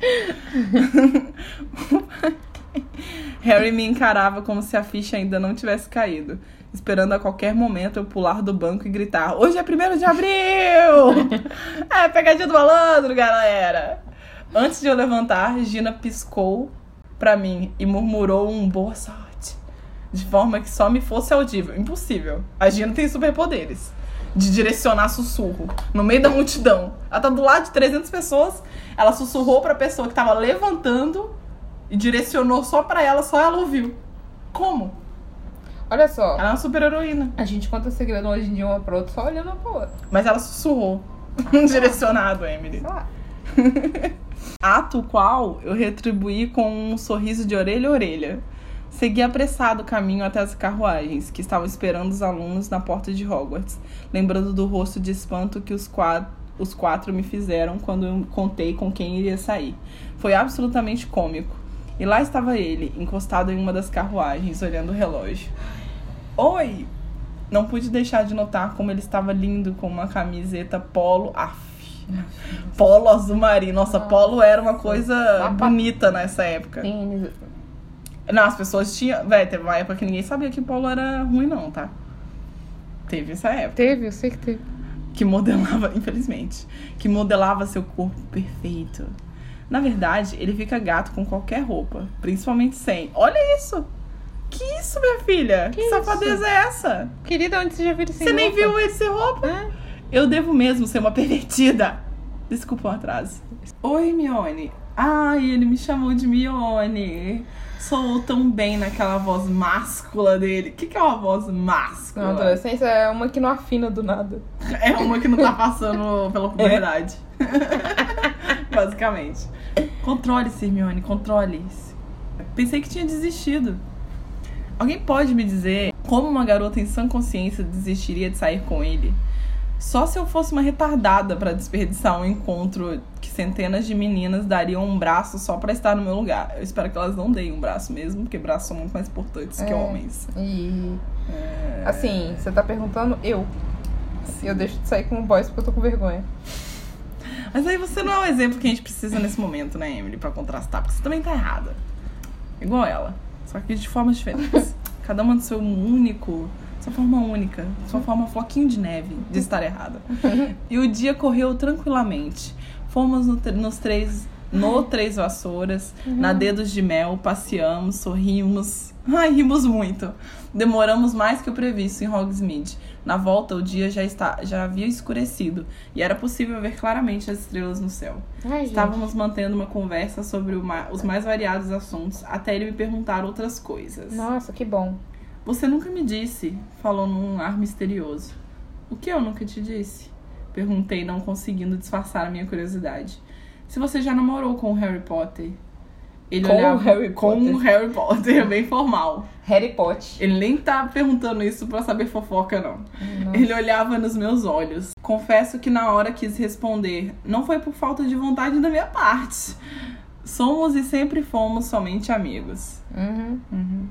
A: Harry me encarava como se a ficha ainda não tivesse caído, esperando a qualquer momento eu pular do banco e gritar: Hoje é 1 de abril! É pegadinha do malandro, galera! Antes de eu levantar, Gina piscou pra mim e murmurou um boa sorte, de forma que só me fosse audível. Impossível. A Gina tem superpoderes de direcionar sussurro no meio da multidão. Ela tá do lado de 300 pessoas, ela sussurrou pra pessoa que tava levantando e direcionou só pra ela, só ela ouviu. Como?
B: Olha só.
A: Ela é uma super heroína.
B: A gente conta segredo hoje em dia uma pra outra só olhando uma pra outra.
A: Mas ela sussurrou. Direcionado, Emily.
B: Sei lá.
A: Ato qual eu retribuí com um sorriso de orelha a orelha. Segui apressado o caminho até as carruagens, que estavam esperando os alunos na porta de Hogwarts, lembrando do rosto de espanto que os quatro, os quatro me fizeram quando eu contei com quem iria sair. Foi absolutamente cômico. E lá estava ele, encostado em uma das carruagens, olhando o relógio. Oi! Não pude deixar de notar como ele estava lindo com uma camiseta polo. Aff. Polo azul marinho. Nossa,
B: Nossa.
A: polo era uma coisa
B: Sapato.
A: bonita nessa época.
B: Tênis.
A: Não, as pessoas tinham. Véi, teve uma época que ninguém sabia que Paulo era ruim, não, tá? Teve essa época.
B: Teve, eu sei que teve.
A: que modelava, infelizmente, que modelava seu corpo perfeito. Na verdade, ele fica gato com qualquer roupa, principalmente sem. Olha isso! Que isso, minha filha? Que,
B: Que isso?
A: safadeza é essa?
B: Querida, onde você já viu isso?
A: Você nem viu ele sem roupa? É. Eu devo mesmo ser uma pervertida. Desculpa o atraso. Oi, Mione. Ai, ele me chamou de Mione. Sou tão bem naquela voz máscula dele. O que, que é uma voz máscula?
B: Na adolescência é uma que não afina do nada.
A: É uma que não tá passando pela puberdade. Basicamente. Controle-se, Hermione, controle-se. Pensei que tinha desistido. Alguém pode me dizer como uma garota em sã consciência desistiria de sair com ele? Só se eu fosse uma retardada pra desperdiçar um encontro que centenas de meninas dariam um braço só pra estar no meu lugar. Eu espero que elas não deem um braço mesmo, porque braços são muito mais importantes que
B: É.
A: homens.
B: E. Assim, você tá perguntando eu. Se eu deixo de sair com boys porque eu tô com vergonha.
A: Mas aí você não é o exemplo que a gente precisa nesse momento, né, Emily, pra contrastar, porque você também tá errada. Igual ela, só que de formas diferentes. Cada uma do seu único, sua forma única, sua forma floquinho de neve de estar errada. E o dia correu tranquilamente. Fomos no tre- nos três no Três Vassouras, na Dedos de Mel, passeamos, sorrimos, ai, rimos muito. Demoramos mais que o previsto em Hogsmeade. Na volta, o dia já, está, já havia escurecido e era possível ver claramente as estrelas no céu.
B: Ai,
A: Estávamos mantendo uma conversa sobre o ma- os mais variados assuntos até ele me perguntar outras coisas.
B: Nossa, que bom.
A: Você nunca me disse, falou num ar misterioso. O que eu nunca te disse? Perguntei, não conseguindo disfarçar a minha curiosidade. Se você já namorou com o Harry Potter? Ele
B: Com o
A: olhava-
B: Harry
A: com
B: Potter.
A: o Harry Potter, é bem formal.
B: Harry Potter.
A: Ele nem tá perguntando isso pra saber fofoca, não.
B: Nossa.
A: Ele olhava nos meus olhos. Confesso que na hora quis responder. Não foi por falta de vontade da minha parte. Somos e sempre fomos somente amigos.
B: Uhum.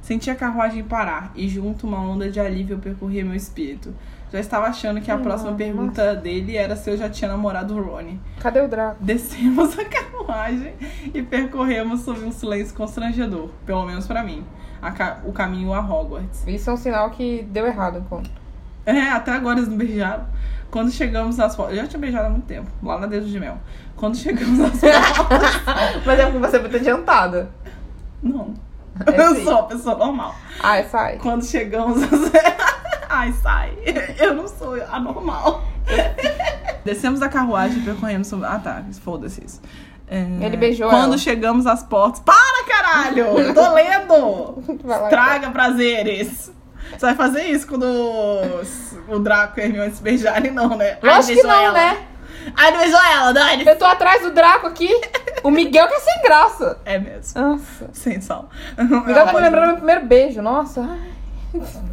A: Senti a carruagem parar e junto uma onda de alívio percorria meu espírito. Já estava achando que a
B: Ai,
A: próxima
B: nossa.
A: pergunta dele era se eu já tinha namorado o Rony.
B: Cadê o Draco?
A: Descemos a carruagem e percorremos sob um silêncio constrangedor, pelo menos pra mim, a ca- o caminho a Hogwarts.
B: Isso é um sinal que deu errado então. o encontro.
A: É, até agora eles não beijaram. Quando chegamos às portas. Eu já tinha beijado há muito tempo, lá na Dedo de Mel. Quando chegamos às portas.
B: Mas é porque você é muito adiantada.
A: Não.
B: É
A: eu
B: sim.
A: sou uma pessoa normal.
B: Ai, Ah, é sai.
A: Quando chegamos às. Ai, sai. Eu não sou anormal. Descemos da carruagem e percorremos. sobre- Ah, tá. Foda-se isso. É,
B: Ele beijou
A: Quando
B: ela.
A: chegamos às portas. Para, caralho! Tô lendo!
B: Vai lá,
A: Traga prazeres. Você vai fazer isso quando os- o Draco e a Hermione se beijarem, não, né? Ai,
B: Lógico que
A: beijou
B: não,
A: ela.
B: né?
A: Ai, não beijou ela, Dani.
B: Eu tô atrás do Draco aqui. O Miguel que é sem graça.
A: É mesmo.
B: Nossa.
A: Sem sal.
B: O Miguel tá me lembrando do meu primeiro beijo. Nossa. Ai.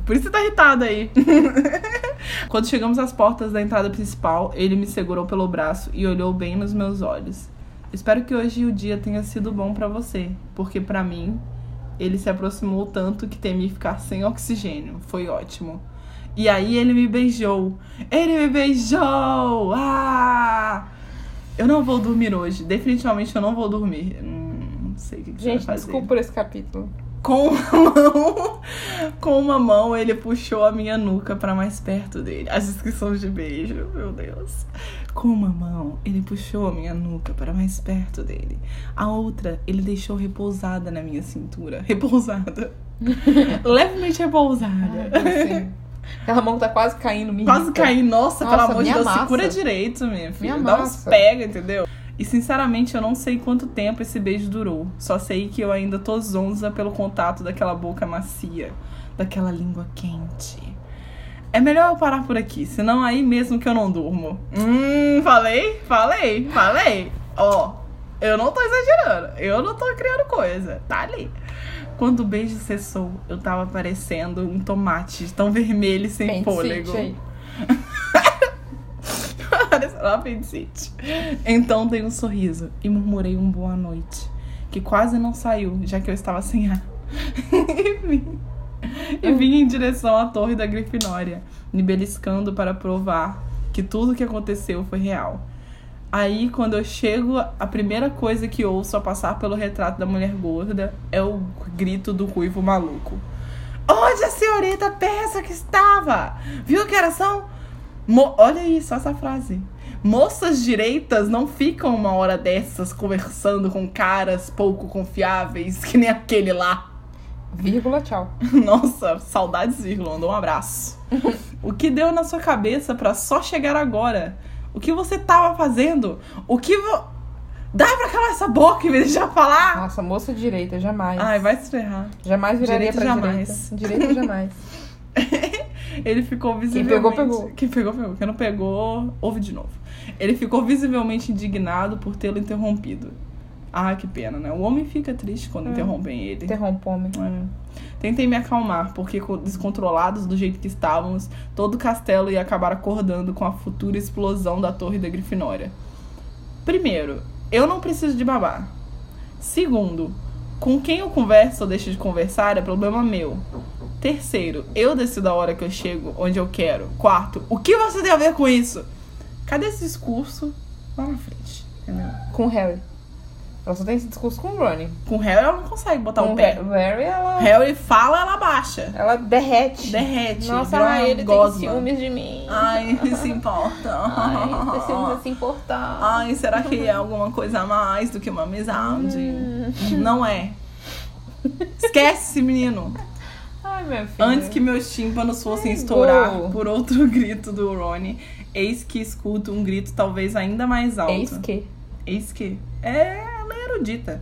A: Por isso você tá irritada aí. Quando chegamos às portas da entrada principal, ele me segurou pelo braço e olhou bem nos meus olhos. Espero que hoje o dia tenha sido bom pra você, porque pra mim ele se aproximou tanto que temi ficar sem oxigênio. Foi ótimo. E aí ele me beijou. Ele me beijou. Ah! Eu não vou dormir hoje. Definitivamente eu não vou dormir. Hum, não sei o que, que você vai
B: Gente,
A: fazer.
B: desculpa por esse capítulo.
A: Com uma mão, com uma mão ele puxou a minha nuca pra mais perto dele. As descrições de beijo, meu Deus. Com uma mão ele puxou a minha nuca para mais perto dele. A outra ele deixou repousada na minha cintura, repousada. Levemente
B: Ai,
A: repousada.
B: assim. Aquela mão tá quase caindo, me
A: Quase
B: irrita.
A: caí, nossa,
B: Nossa,
A: pelo amor de
B: me
A: Deus,
B: amassa.
A: segura direito, minha filha.
B: Me
A: Dá uns
B: amassa.
A: pega, entendeu? E sinceramente, eu não sei quanto tempo esse beijo durou. Só sei que eu ainda tô zonza pelo contato daquela boca macia, daquela língua quente. É melhor eu parar por aqui, senão aí mesmo que eu não durmo. Hum, falei, falei, falei. Ó, eu não tô exagerando, eu não tô criando coisa, tá ali. Quando o beijo cessou, eu tava parecendo um tomate tão vermelho e sem
B: Tem
A: fôlego.
B: sítio aí.
A: Parece um apendicite. Então dei um sorriso e murmurei um boa noite, que quase não saiu, já que eu estava sem ar. e, vim, e vim em direção à torre da Grifinória, me beliscando para provar que tudo o que aconteceu foi real. Aí, quando eu chego, a primeira coisa que ouço a passar pelo retrato da mulher gorda é o grito do ruivo maluco. Onde a senhorita pensa que estava? Viu que um horas são? Mo- Olha aí, só essa frase. Moças direitas não ficam uma hora dessas conversando com caras pouco confiáveis, que nem aquele lá.
B: Vírgula, tchau.
A: Nossa, saudades, Irlanda. Um abraço. o que deu na sua cabeça pra só chegar agora? O que você tava fazendo? O que. Vo... Dá pra calar essa boca e me deixar falar?
B: Nossa, moça direita, jamais.
A: Ai, vai se ferrar.
B: Jamais viraria
A: Direita,
B: pra
A: jamais.
B: direita. Direita, jamais.
A: Ele ficou visivelmente.
B: pegou, pegou.
A: Quem pegou, pegou. Quem não pegou, ouve de novo. Ele ficou visivelmente indignado por tê-lo interrompido. Ah, que pena, né? O homem fica triste
B: É.
A: quando interrompem ele.
B: Interrompa o homem.
A: É. Tentei me acalmar, porque co- descontrolados do jeito que estávamos, todo o castelo ia acabar acordando com a futura explosão da Torre da Grifinória. Primeiro, eu não preciso de babá. Segundo, com quem eu converso ou deixo de conversar é problema meu. Terceiro, eu decido a hora que eu chego onde eu quero. Quarto, o que você tem a ver com isso? Cadê esse discurso lá na frente? Entendeu?
B: Com o Harry. Ela só tem esse discurso com o Ronnie.
A: Com Harry ela não consegue botar
B: com
A: Tá o pé.
B: Har- Harry, ela,
A: Harry fala, ela baixa.
B: ela derrete.
A: Derrete.
B: Nossa,
A: vira
B: ai,
A: uma
B: ele
A: gosma.
B: tem ciúmes de mim.
A: Ai, ele se importa.
B: Ai, ele assim. precisa se importar.
A: Ai, será que é alguma coisa a mais do que uma amizade?
B: Hum.
A: Não é. Esquece esse menino.
B: Ai, minha filha.
A: Antes que meus tímpanos fossem
B: Ai,
A: assim, estourar
B: gol.
A: por outro grito do Rony, eis que escuto um grito talvez ainda mais alto.
B: Eis É que.
A: Eis que. É, ela é erudita.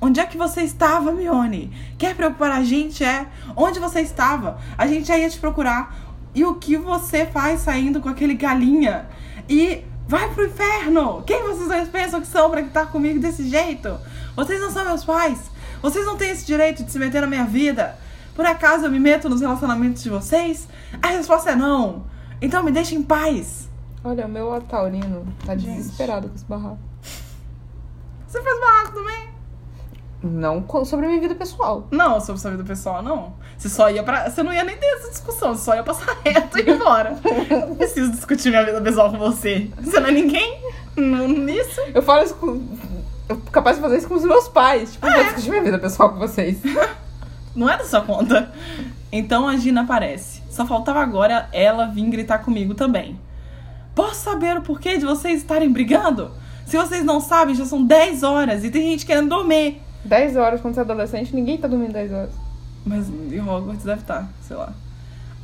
A: Onde é que você estava, Mione? Quer preocupar a gente? É. Onde você estava? A gente já ia te procurar. E o que você faz saindo com aquele galinha? E vai pro inferno! Quem vocês dois pensam que são pra estar comigo desse jeito? Vocês não são meus pais. Vocês não têm esse direito de se meter na minha vida. Por acaso eu me meto nos relacionamentos de vocês? A resposta é não. Então me deixem em paz.
B: Olha, o meu taurino tá
A: Gente.
B: desesperado com esse barraco.
A: Você faz barraco também?
B: Não co- sobre a minha vida pessoal.
A: Não, sobre sua vida pessoal, não. Você só ia pra. Você não ia nem ter essa discussão, você só ia passar reto e ir embora. Eu não preciso discutir minha vida pessoal com você. Você não é ninguém? Não, nisso?
B: Eu falo isso com. Eu sou capaz de fazer isso com os meus pais. Tipo, eu vou discutir minha vida pessoal com vocês.
A: Não é da sua conta. Então a Gina aparece. Só faltava agora ela vir gritar comigo também. Posso saber o porquê de vocês estarem brigando? Se vocês não sabem, já são 10 horas e tem gente querendo dormir.
B: 10 horas quando você é adolescente, ninguém tá dormindo 10 horas.
A: Mas em Hogwarts deve estar, sei lá.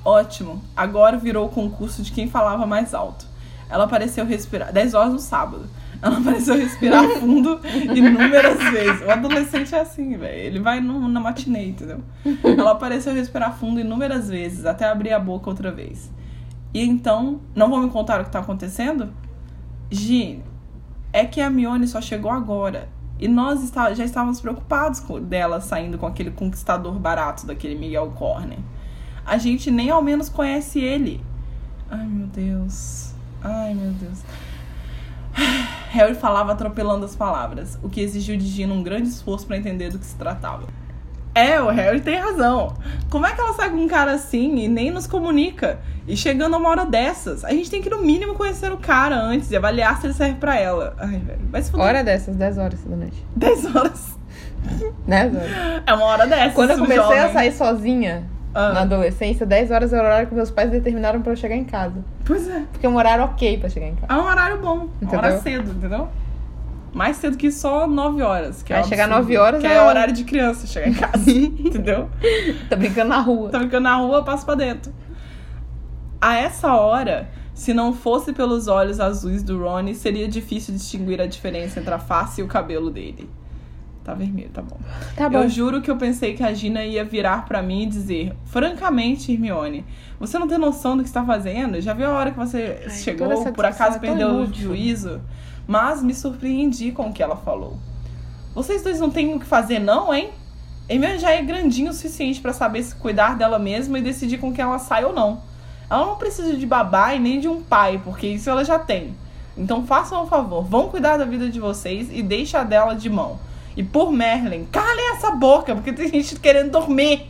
A: Ótimo. Agora virou o concurso de quem falava mais alto. Ela pareceu respirar. 10 horas no sábado. Ela pareceu respirar fundo inúmeras vezes. O adolescente é assim, velho. Ele vai no, na matinê, entendeu? Ela pareceu respirar fundo inúmeras vezes, até abrir a boca outra vez. E então, não vão me contar o que tá acontecendo? Gi, é que a Mione só chegou agora. E nós está- já estávamos preocupados com dela saindo com aquele conquistador barato daquele Miguel Corner. A gente nem ao menos conhece ele. Ai, meu Deus. Ai, meu Deus. Harry falava atropelando as palavras, o que exigiu de Gina um grande esforço para entender do que se tratava. É, o Harry tem razão. Como é que ela sai com um cara assim e nem nos comunica? E chegando a uma hora dessas, a gente tem que no mínimo conhecer o cara antes e avaliar se ele serve pra ela. Ai, velho, vai se fuder.
B: Hora dessas, 10 horas da noite.
A: 10 horas.
B: 10 horas.
A: É uma hora dessas.
B: Quando eu comecei
A: jovem.
B: a sair sozinha
A: Ah,
B: na adolescência, 10 horas era o horário que meus pais determinaram pra eu chegar em casa.
A: Pois é.
B: Porque é um horário ok pra chegar em casa.
A: É um horário bom. É um
B: Entendeu?
A: horário cedo, entendeu? Mais cedo que só 9 horas. Que é
B: Aí
A: um
B: chegar
A: absurdo,
B: 9 horas
A: Que
B: é
A: é
B: hora.
A: horário de criança chegar em casa. entendeu?
B: Tá brincando na rua.
A: Tá ficando na rua, eu passo pra dentro. A essa hora, se não fosse pelos olhos azuis do Ronnie, seria difícil distinguir a diferença entre a face e o cabelo dele. Tá vermelho, tá bom.
B: Tá
A: Eu juro que eu pensei que a Gina ia virar pra mim e dizer: Francamente, Hermione, você não tem noção do que está fazendo? Já viu a hora que você
B: Ai, toda
A: chegou,
B: essa
A: por acaso
B: discussão é
A: perdeu
B: tão
A: o
B: inútil.
A: juízo? Mas me surpreendi com o que ela falou. Vocês dois não têm o que fazer, não, hein? Hermione já é grandinha o suficiente pra saber se cuidar dela mesma e decidir com quem ela sai ou não. Ela não precisa de babá e nem de um pai, porque isso ela já tem. Então façam um favor, vão cuidar da vida de vocês e deixa a dela de mão. E por Merlin, calem essa boca, porque tem gente querendo dormir.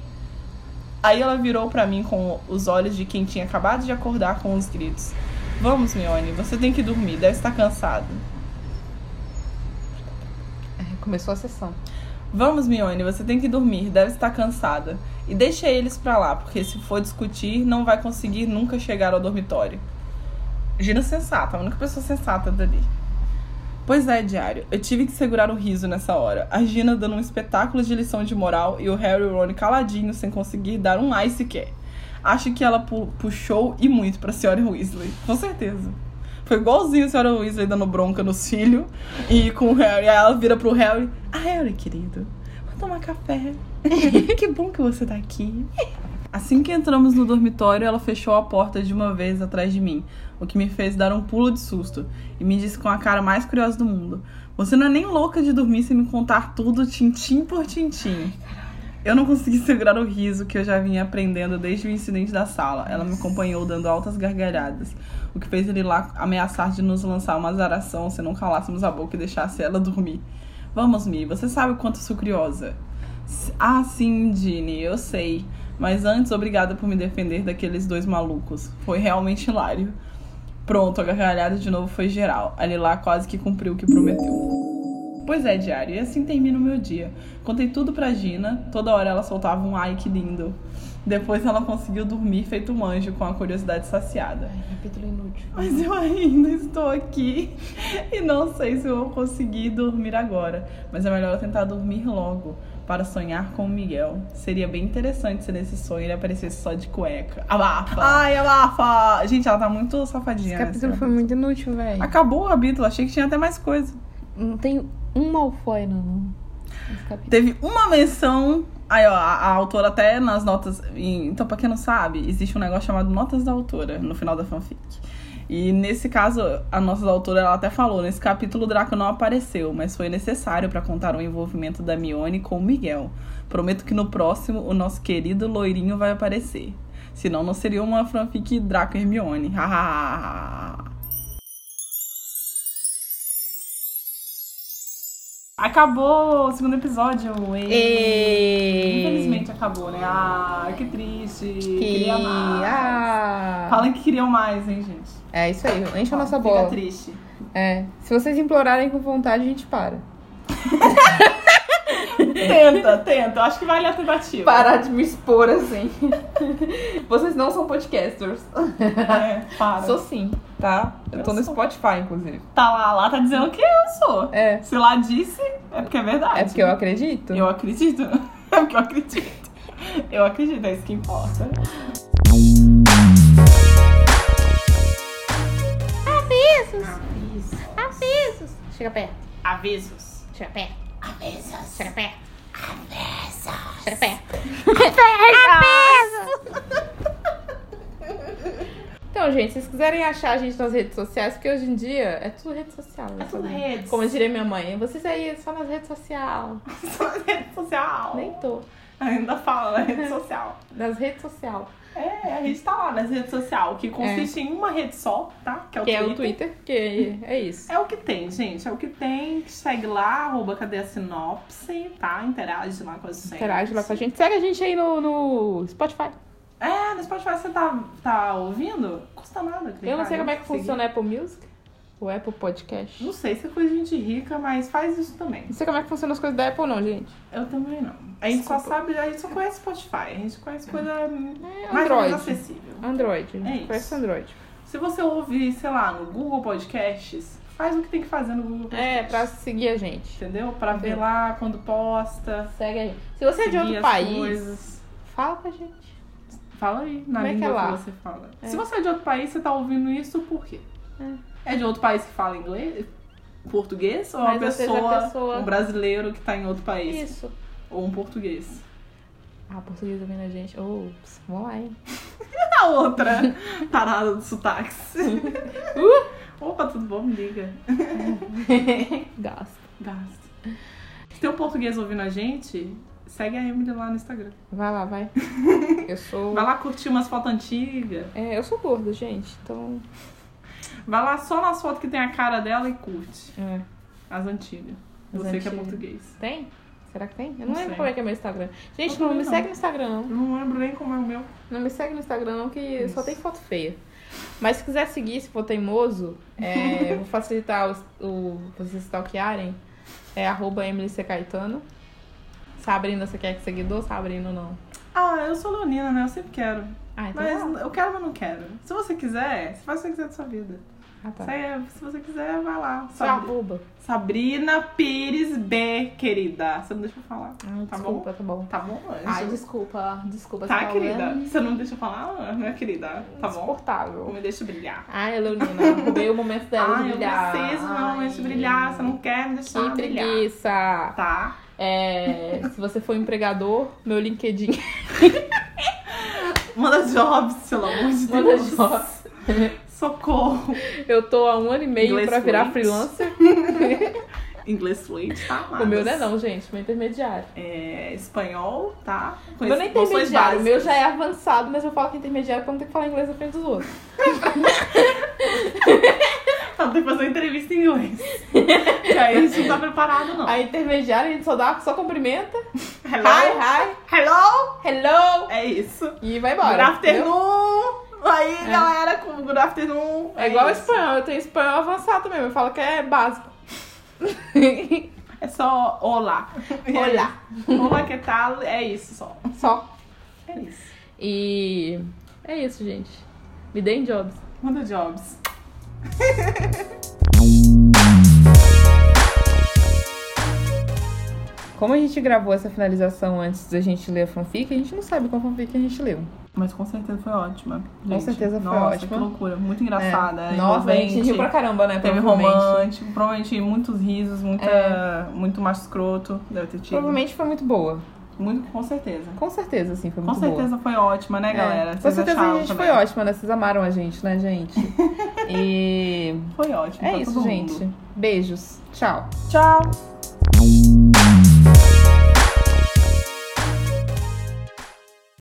A: Aí ela virou pra mim com os olhos de quem tinha acabado de acordar com os gritos. Vamos, Mione, você tem que dormir, deve estar cansado.
B: É, Começou a sessão.
A: Vamos, Mione, você tem que dormir, deve estar cansada. E deixa eles pra lá, porque se for discutir, não vai conseguir nunca chegar ao dormitório. Gina sensata, a única pessoa sensata dali. Pois é, diário, eu tive que segurar o riso nessa hora. A Gina dando um espetáculo de lição de moral e o Harry e o Ron caladinho, sem conseguir dar um ai sequer. Acho que ela pu- puxou e muito pra senhora Weasley, com certeza. Foi igualzinho a senhora Weasley dando bronca nos filhos e com o Harry. Aí ela vira pro Harry: Ah, Harry, querido, vou tomar café. que bom que você tá aqui. Assim que entramos no dormitório, ela fechou a porta de uma vez atrás de mim, o que me fez dar um pulo de susto e me disse com a cara mais curiosa do mundo: Você não é nem louca de dormir sem me contar tudo, tintim por tintim. Eu não consegui segurar o riso que eu já vinha aprendendo desde o incidente da sala. Ela me acompanhou dando altas gargalhadas, o que fez ele lá ameaçar de nos lançar uma azaração se não calássemos a boca e deixasse ela dormir. Vamos, Mi, você sabe o quanto sou curiosa. S- Ah, sim, Dini, eu sei. Mas antes, obrigada por me defender daqueles dois malucos. Foi realmente hilário. Pronto, a gargalhada de novo foi geral. A Lila quase que cumpriu o que prometeu. Pois é, diário, e assim termina o meu dia. Contei tudo pra Gina, toda hora ela soltava um ai que lindo. Depois ela conseguiu dormir feito um anjo com a curiosidade saciada.
B: Tá, Capítulo inútil.
A: Mas eu ainda estou aqui e não sei se eu vou conseguir dormir agora. Mas é melhor eu tentar dormir logo para sonhar com o Miguel. Seria bem interessante se nesse sonho ele aparecesse só de cueca. Abafa! Ai, abafa! Gente, ela tá muito
B: Esse
A: safadinha.
B: capítulo
A: nessa.
B: foi muito inútil, velho.
A: Acabou o capítulo, achei que tinha até mais coisa.
B: Não tem um Malfoy no, nesse capítulo.
A: Teve uma menção. Aí, ó, a, a autora até nas notas. em- Então, pra quem não sabe, existe um negócio chamado notas da autora no final da fanfic. E nesse caso, a nossa autora ela até falou: nesse capítulo, o Draco não apareceu, mas foi necessário pra contar o envolvimento da Mione com o Miguel. Prometo que no próximo, o nosso querido loirinho vai aparecer. Senão, não seria uma fanfic Draco e Hermione. Acabou o segundo episódio.
B: Ei!
A: Infelizmente acabou, né? Ah, que triste.
B: Que-
A: Queria mais.
B: Ah.
A: Falam que queriam mais, hein, gente?
B: É isso aí, enche a nossa
A: Fica
B: bola.
A: triste.
B: É. Se vocês implorarem com vontade, a gente para.
A: Tenta, tenta. Acho que vale a tentativa.
C: parar de me expor assim. Vocês não são podcasters.
A: É, para.
C: Sou sim, tá? Eu tô
A: Eu
C: no
A: sou.
C: Spotify, inclusive.
A: Tá lá, lá tá dizendo que eu sou.
B: É.
A: Se lá disse, é porque é verdade.
B: É porque eu acredito.
A: Eu acredito. É porque eu acredito. Eu acredito, é isso que importa.
C: Isso.
D: Chega perto,
A: Avisos.
D: chega perto. Avisos. Chega perto. Avisos. Chega perto.
C: Então, gente, se vocês quiserem achar a gente nas redes sociais, porque hoje em dia é tudo rede social. né?
A: redes.
C: Como eu diria minha mãe, vocês aí só nas redes sociais.
A: rede social.
C: Nem tô.
A: Ainda fala na rede social.
C: Nas redes sociais.
A: É, a gente tá lá nas redes sociais, que consiste em uma rede só, tá? Que é o
C: É. Que é
A: Twitter.
C: o Twitter, que é isso.
A: É o que tem, gente. É o que tem. Segue lá, arroba cadê a sinopse, tá? Interage lá com a gente.
C: Interage lá com a gente. Segue a gente aí no, no Spotify.
A: É, no Spotify você tá, tá ouvindo? Custa nada. clicar,
C: Eu não sei como é que
A: seguir.
C: funciona o Apple Music, o Apple Podcast.
A: Não sei, isso é coisa de gente rica, mas faz isso também.
C: Não sei como é que funciona as coisas da Apple, não, gente.
A: Eu também não. A gente só
C: Desculpa. É.
A: sabe, a gente só conhece Spotify. A gente conhece coisa mais ou menos assim.
C: Android.
A: acessível.
C: Android. né?
A: É isso.
C: Conhece Android.
A: Se você ouvir, sei lá, no Google Podcasts, faz o que tem que fazer no Google Podcasts.
C: É, pra seguir a gente.
A: Entendeu? Pra ver
C: Entendeu.
A: lá quando posta.
C: Segue a gente. Se você é de
A: Tá. seguir
C: outro
A: as
C: país,
A: coisas.
C: fala com a gente.
A: Fala aí, na
C: Como é que
A: língua
C: é
A: que,
C: lá?
A: você fala. Se você é de outro país, você tá ouvindo isso por quê? É, de outro país que fala inglês? Português? Ou é uma
C: Mas às vezes a
A: pessoa,
C: pessoa-
A: um brasileiro que tá em outro país?
C: Isso.
A: Ou um português?
C: Ah, português ouvindo a gente. Ops, vamos lá, hein?
A: A outra parada do sotaques.
C: Uh!
A: Opa, tudo bom? Liga.
C: Gasta.
A: Gasta. Se tem um português ouvindo a gente, segue a Emily lá no Instagram.
C: Vai lá, vai. Eu sou.
A: Vai lá curtir umas fotos antigas.
C: É, eu sou gorda, gente. Então.
A: Vai lá só nas fotos que tem a cara dela e curte.
C: É.
A: As antigas.
C: As
A: Você que é
C: antigas.
A: português.
C: Tem? Será que tem? Eu não,
A: Não
C: lembro
A: sei.
C: como é que é meu Instagram. Gente,
A: Eu
C: não,
A: também
C: me
A: não.
C: segue no Instagram, não.
A: Eu Não lembro nem como é o meu.
C: Não me segue no Instagram, não, que só tem foto feia.
B: Mas se quiser seguir, se for teimoso, é, eu vou facilitar os- o, vocês stalkearem. É arroba Emily C. Caetano. Sabrina, você quer que seguidor? Sabrina, não.
A: Ah, eu sou leonina, né? Eu sempre quero.
C: É
B: Ah, então
A: Mas
B: tá.
A: eu quero, mas não quero. Se você quiser, você faz o que você quiser da sua vida.
B: Ah, tá.
A: Você- se você quiser, vai lá.
B: Só
A: Sabri-
B: arroba.
A: Sabrina Pires B, querida. Você não deixa eu falar.
B: Ah,
A: Tá
B: desculpa, tá bom.
A: Tá bom, anjo?
B: Ai, desculpa, desculpa.
A: tá,
B: essa
A: querida?
B: aula
A: Você não deixa eu falar, né, querida?
B: é
A: Tá bom? Não
B: Insuportável.
A: me deixa brilhar.
B: Ai, Leonina, roubei o momento dela de
A: Ai, eu
B: brilhar.
A: preciso não
B: Ai,
A: deixa brilhar. Você não quer me deixar
B: Que
A: brilhar.
B: preguiça.
A: Tá?
B: É, se você for empregador, meu LinkedIn
A: Manda jobs, pelo amor de
B: Manda
A: Deus.
B: jobs.
A: Socorro.
B: Eu tô há um ano e meio
A: Inglês
B: pra virar
A: fluente.
B: freelancer.
A: Inglês fluente, tá?
B: O meu
A: amadas?
B: não é não, gente. Meu intermediário.
A: É, espanhol, tá? Com
B: meu não é
A: noções
B: intermediário. O meu
A: básicas.
B: já é avançado, mas eu falo que é intermediário pra não ter que falar inglês na frente dos outros.
A: Não, Tá, tem que fazer uma entrevista em inglês. que aí a gente não tá preparado, não.
B: A intermediária a gente só dá, só cumprimenta.
A: Hello?
B: Hi, hi,
A: Hello?
B: hello.
A: É isso.
B: E vai
A: Good
B: embora. entendeu?
A: afternoon! Aí,
E: É.
A: galera, com good afternoon.
B: É igual ao
A: isso.
B: espanhol. Eu tenho espanhol avançado também. Eu falo que é básico.
A: É só olá.
B: Olá.
A: olá, que tal? É isso só.
B: Só.
A: É isso.
B: E é isso, gente. Me deem jobs.
A: Manda jobs.
E: Como a gente gravou essa finalização antes da gente ler a fanfic, a gente não sabe qual fanfic a gente leu.
A: Mas com certeza foi ótima.
E: Com certeza foi
A: Nossa,
E: ótima. É.
A: que loucura. Muito engraçada.
E: Nossa, a gente
A: envolvente.
E: riu pra caramba, né?
A: Teve
E: provavelmente.
A: romântico, provavelmente muitos risos, muita, muito macho escroto. Deve ter tido.
E: É. Provavelmente foi muito boa.
A: Muito, com certeza.
E: Com certeza, assim, foi
A: Com
E: muito boa.
A: certeza foi ótima, né, galera?
E: É. Com
A: Vocês
E: certeza a
A: acharam
E: gente
A: também?
E: foi ótima, né? Vocês amaram a gente, né, gente? E
A: Foi ótimo.
E: é
A: pra
E: isso,
A: Então, todo
E: gente.
A: Mundo.
E: Beijos. Tchau.
A: Tchau!